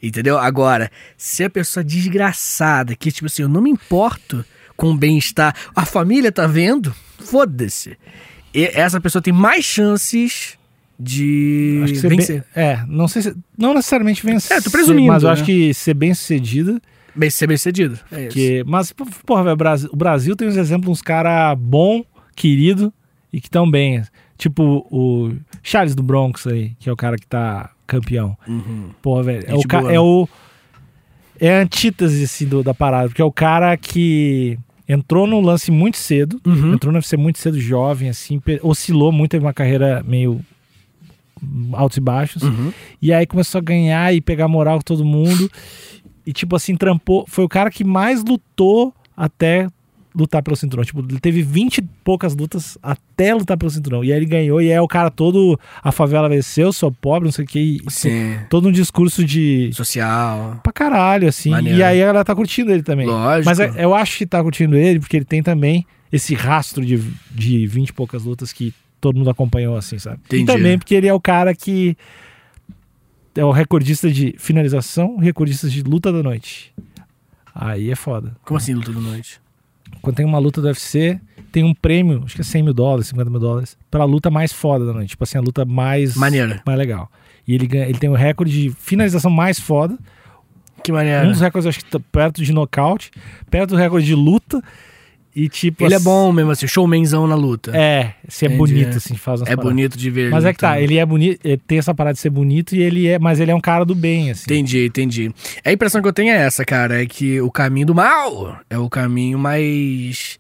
[SPEAKER 2] Entendeu? Agora, se a pessoa desgraçada, que tipo assim, eu não me importo com o bem-estar, a família tá vendo, foda-se. E essa pessoa tem mais chances de
[SPEAKER 3] Acho que ser
[SPEAKER 2] vencer.
[SPEAKER 3] Bem, é, não sei se. Não necessariamente vencer.
[SPEAKER 2] É, tô presumindo,
[SPEAKER 3] Mas eu
[SPEAKER 2] né?
[SPEAKER 3] acho que ser bem sucedido.
[SPEAKER 2] Bem, ser bem sucedido. É isso.
[SPEAKER 3] Que, mas, pô, porra, velho, o Brasil, o Brasil tem uns exemplos, uns cara bom, querido e que estão bem. Tipo o Charles do Bronx aí, que é o cara que tá campeão.
[SPEAKER 2] Uhum.
[SPEAKER 3] Porra, velho. É o,
[SPEAKER 2] Gente
[SPEAKER 3] ca-
[SPEAKER 2] boa,
[SPEAKER 3] é
[SPEAKER 2] né?
[SPEAKER 3] o. É a antítese assim, do- da parada, porque é o cara que entrou no lance muito cedo,
[SPEAKER 2] Uhum.
[SPEAKER 3] entrou no UFC muito cedo, jovem, assim, pe- oscilou muito, teve uma carreira meio altos e baixos.
[SPEAKER 2] Uhum.
[SPEAKER 3] E aí começou a ganhar e pegar moral com todo mundo. E, tipo assim, trampou. Foi o cara que mais lutou até lutar pelo cinturão. Tipo, ele teve 20 e poucas lutas até lutar pelo cinturão. E aí ele ganhou. E aí o cara todo. A favela venceu, sou pobre, não sei o que. e
[SPEAKER 2] Sim.
[SPEAKER 3] Todo um discurso de.
[SPEAKER 2] Social.
[SPEAKER 3] Pra caralho, assim.
[SPEAKER 2] Maneiro.
[SPEAKER 3] E aí ela tá curtindo ele também.
[SPEAKER 2] Lógico.
[SPEAKER 3] Mas é- eu acho que tá curtindo ele porque ele tem também esse rastro de, de 20 e poucas lutas que todo mundo acompanhou, assim, sabe?
[SPEAKER 2] Entendi.
[SPEAKER 3] E também porque ele é o cara que é o recordista de finalização, recordista de luta da noite. Aí é foda.
[SPEAKER 2] Como assim, luta da noite?
[SPEAKER 3] Quando tem uma luta do UFC, tem um prêmio, acho que é 100 mil dólares, 50 mil dólares, pra luta mais foda da noite. Tipo assim, a luta mais.
[SPEAKER 2] Maneira.
[SPEAKER 3] Mais legal. E ele, ganha- ele tem o recorde de finalização mais foda.
[SPEAKER 2] Que
[SPEAKER 3] Um
[SPEAKER 2] maneiro.
[SPEAKER 3] dos recordes, acho que tá perto de nocaute, perto do recorde de luta. E tipo.
[SPEAKER 2] Ele é
[SPEAKER 3] assim,
[SPEAKER 2] bom mesmo, assim, showmanzão na luta.
[SPEAKER 3] É, se é
[SPEAKER 2] Entendi.
[SPEAKER 3] bonito, assim, faz umas
[SPEAKER 2] É
[SPEAKER 3] paradas.
[SPEAKER 2] bonito de ver.
[SPEAKER 3] Mas é que tá,
[SPEAKER 2] lutando.
[SPEAKER 3] ele é bonito, ele tem essa parada de ser bonito e ele é. Mas ele é um cara do bem, assim.
[SPEAKER 2] Entendi, entendi. A impressão que eu tenho é essa, cara, é que o caminho do mal é o caminho mais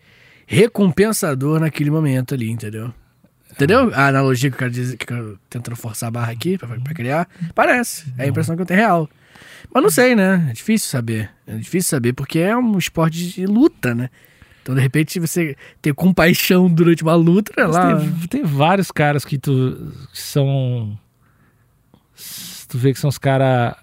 [SPEAKER 2] recompensador naquele momento ali, entendeu? Entendeu? A analogia que o cara diz, que eu tentando forçar a barra aqui pra, pra criar, parece. É a impressão que eu tenho real. Mas não sei, né? É difícil saber. É difícil saber porque é um esporte de luta, né? Então, de repente, você ter compaixão durante uma luta, né,
[SPEAKER 3] Mas
[SPEAKER 2] lá...
[SPEAKER 3] Tem, tem vários caras que tu. que são. Tu vê que são os caras.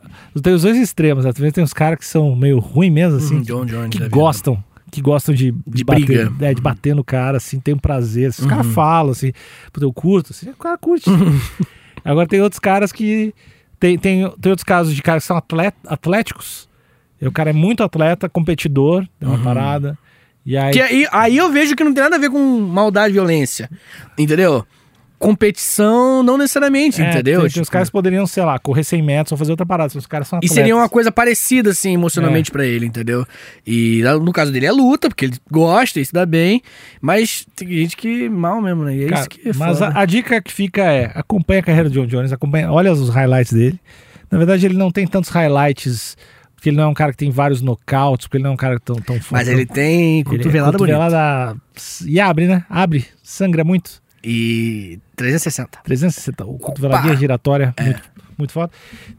[SPEAKER 3] Tem os dois extremos, né? Tu vê que tem uns caras que são meio ruim mesmo, assim.
[SPEAKER 2] Hum, John Jones da
[SPEAKER 3] que
[SPEAKER 2] vida.
[SPEAKER 3] gostam, que gostam de,
[SPEAKER 2] De
[SPEAKER 3] bater,
[SPEAKER 2] briga. Uhum.
[SPEAKER 3] é, de bater no cara, assim, tem um prazer. Assim, os caras falam, assim, puta, eu curto, assim, o cara
[SPEAKER 2] [LAUGHS]
[SPEAKER 3] curte. Agora tem outros caras que. Tem, tem, tem outros casos de caras que são atlet, atléticos. E o cara é muito atleta, competidor, é uma parada. E aí.
[SPEAKER 2] Uhum. Que é aí, aí eu vejo que não tem nada a ver com maldade e violência. Entendeu? Competição, não necessariamente,
[SPEAKER 3] é,
[SPEAKER 2] entendeu?
[SPEAKER 3] tem- tem
[SPEAKER 2] Tipo,
[SPEAKER 3] os caras poderiam, sei lá, correr 100 metros ou fazer outra parada. se Os caras são
[SPEAKER 2] E
[SPEAKER 3] atletas.
[SPEAKER 2] seria uma coisa parecida, assim,
[SPEAKER 3] É.
[SPEAKER 2] emocionalmente pra ele, entendeu? E lá, no caso dele é luta, porque ele gosta e se dá bem. Mas tem gente que mal mesmo, né? E é
[SPEAKER 3] Cara,
[SPEAKER 2] isso que é
[SPEAKER 3] mas
[SPEAKER 2] foda.
[SPEAKER 3] a, a dica que fica é: acompanha a carreira do John Jones, acompanha, olha os highlights dele. Na verdade, ele não tem tantos highlights, porque ele não é um cara que tem vários nocautes, porque ele não é um cara tão, tão
[SPEAKER 2] Mas
[SPEAKER 3] forte.
[SPEAKER 2] ele
[SPEAKER 3] Ele
[SPEAKER 2] tem
[SPEAKER 3] é
[SPEAKER 2] cotovelada bonita.
[SPEAKER 3] cotovelada- E abre, né? Abre, sangra muito.
[SPEAKER 2] E 360.
[SPEAKER 3] 360, o cotoveladinha giratória,
[SPEAKER 2] É.
[SPEAKER 3] muito, muito foda.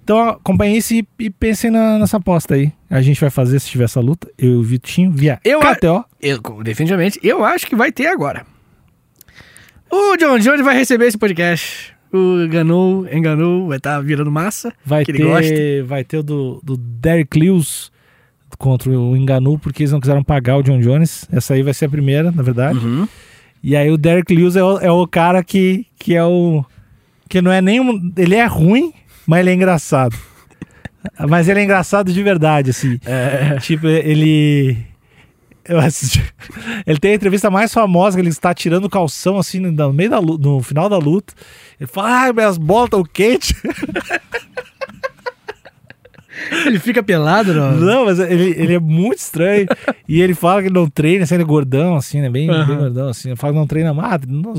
[SPEAKER 3] Então acompanhe isso e, e pensem na- nessa aposta aí. A gente vai fazer se tiver essa luta. Eu e o Vitinho via
[SPEAKER 2] Eu a-
[SPEAKER 3] KTO.
[SPEAKER 2] Eu, definitivamente, eu acho que vai ter agora. O John Jones vai receber esse podcast. O Ganou, enganou, vai estar virando massa.
[SPEAKER 3] Vai
[SPEAKER 2] que ele gosta.
[SPEAKER 3] ter, vai ter o do, do Derek Lewis contra o Enganu, porque eles não quiseram pagar o John Jones. Essa aí vai ser a primeira, na verdade.
[SPEAKER 2] Uhum.
[SPEAKER 3] E aí o Derek Lewis é o, é o cara que, que é o. Que não é nenhum. Ele é ruim, mas ele é engraçado. [LAUGHS] mas ele é engraçado de verdade, assim.
[SPEAKER 2] É.
[SPEAKER 3] Tipo, ele. eu assisti- Ele tem a entrevista mais famosa que ele está tirando o calção assim no- no meio da lu- no final da luta. Ele fala: "Ai, minhas bolas estão quentes".
[SPEAKER 2] Ele fica pelado, não?
[SPEAKER 3] Não, mas ele, ele é muito
[SPEAKER 2] [LAUGHS]
[SPEAKER 3] estranho. e ele fala que não treina, assim, ele é gordão, assim, né? Bem, bem
[SPEAKER 2] Aham.
[SPEAKER 3] gordão, assim. Ele fala que não treina mais, não,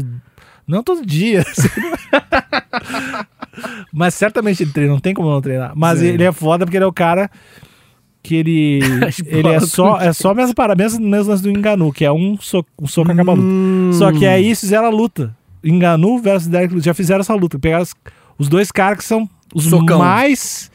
[SPEAKER 3] não todo dia.
[SPEAKER 2] [LAUGHS]
[SPEAKER 3] assim. mas certamente ele treina, não tem como não treinar. Mas
[SPEAKER 2] Sim.
[SPEAKER 3] ele é foda porque ele é o cara que
[SPEAKER 2] [LAUGHS]
[SPEAKER 3] ele.
[SPEAKER 2] As
[SPEAKER 3] ele é
[SPEAKER 2] bolas
[SPEAKER 3] só, é só mesmo para mesmo mesmo lance do Enganu, que é um soco, um soco acaba a luta. Só que é
[SPEAKER 2] Hum.
[SPEAKER 3] aí eles fizeram a luta. Enganu versus Derek Lewis. Já fizeram essa luta. Pegaram os, os dois caras que são os
[SPEAKER 2] Socão.
[SPEAKER 3] mais.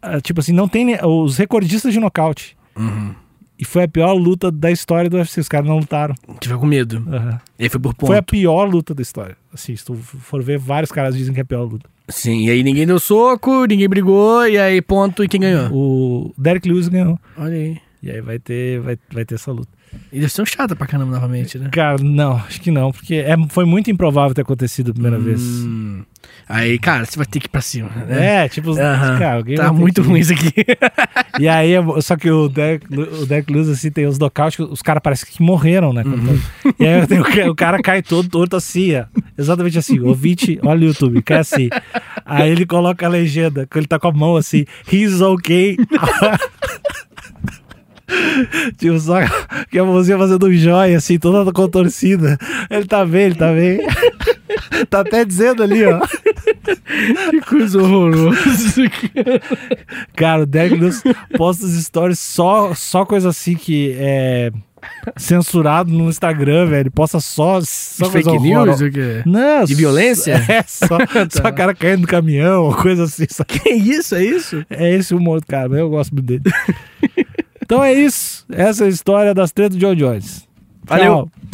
[SPEAKER 3] ah, Tipo assim, não tem. ne- Os recordistas de nocaute. Uhum. E foi a pior luta da história do UFC. Os caras não lutaram.
[SPEAKER 2] Tiver com medo.
[SPEAKER 3] Aham.
[SPEAKER 2] Ele foi por ponto.
[SPEAKER 3] Foi a pior luta da história. Assim, se tu for ver, vários caras dizem que é a pior luta.
[SPEAKER 2] Sim, e aí ninguém deu soco, ninguém brigou, e aí ponto, e quem
[SPEAKER 3] Uhum.
[SPEAKER 2] ganhou?
[SPEAKER 3] O Derek Lewis ganhou.
[SPEAKER 2] Olha aí.
[SPEAKER 3] E aí vai ter, vai, vai ter essa luta.
[SPEAKER 2] E deve ser um chato pra caramba novamente, né?
[SPEAKER 3] Cara, não, acho que não, porque é, foi muito improvável ter acontecido a primeira vez.
[SPEAKER 2] Hum. Aí, cara, você vai ter que ir pra cima, né?
[SPEAKER 3] É, tipo, os
[SPEAKER 2] Aham.
[SPEAKER 3] cara, alguém
[SPEAKER 2] tá
[SPEAKER 3] vai ter
[SPEAKER 2] muito
[SPEAKER 3] que-
[SPEAKER 2] ruim
[SPEAKER 3] [LAUGHS]
[SPEAKER 2] isso aqui.
[SPEAKER 3] E aí, eu- só que o Derek, Lu- o Derek Lewis, assim, tem os nocaute, que os caras parecem que morreram, né? quando tá- E aí tem o ca- o cara cai todo torto assim, ó. Exatamente assim. Ouvinte, olha o YouTube, cai assim. Aí ele coloca a legenda, que ele tá com a mão assim, he's okay. [LAUGHS] Tipo, só que a mãozinha fazendo um joia, assim, toda contorcida. Ele tá bem, ele tá bem. [LAUGHS] Tá até dizendo ali, ó.
[SPEAKER 2] que coisa horrorosa. [LAUGHS]
[SPEAKER 3] Cara, o Derek Lewis posta as stories só, só coisa assim que é censurado no Instagram, velho. Ele Posta só, só
[SPEAKER 2] De
[SPEAKER 3] coisa
[SPEAKER 2] fake news?
[SPEAKER 3] horrorosa.
[SPEAKER 2] O quê?
[SPEAKER 3] Não,
[SPEAKER 2] De violência?
[SPEAKER 3] [LAUGHS]
[SPEAKER 2] Tá.
[SPEAKER 3] É,
[SPEAKER 2] [LAUGHS]
[SPEAKER 3] só, só o cara caindo do caminhão, uma coisa assim. só-
[SPEAKER 2] Que isso, é isso?
[SPEAKER 3] É esse o humor do cara, mas eu gosto muito
[SPEAKER 2] [LAUGHS]
[SPEAKER 3] dele. então é isso. Essa é a história das tretas de John Jones.
[SPEAKER 2] Valeu.
[SPEAKER 3] Tchau.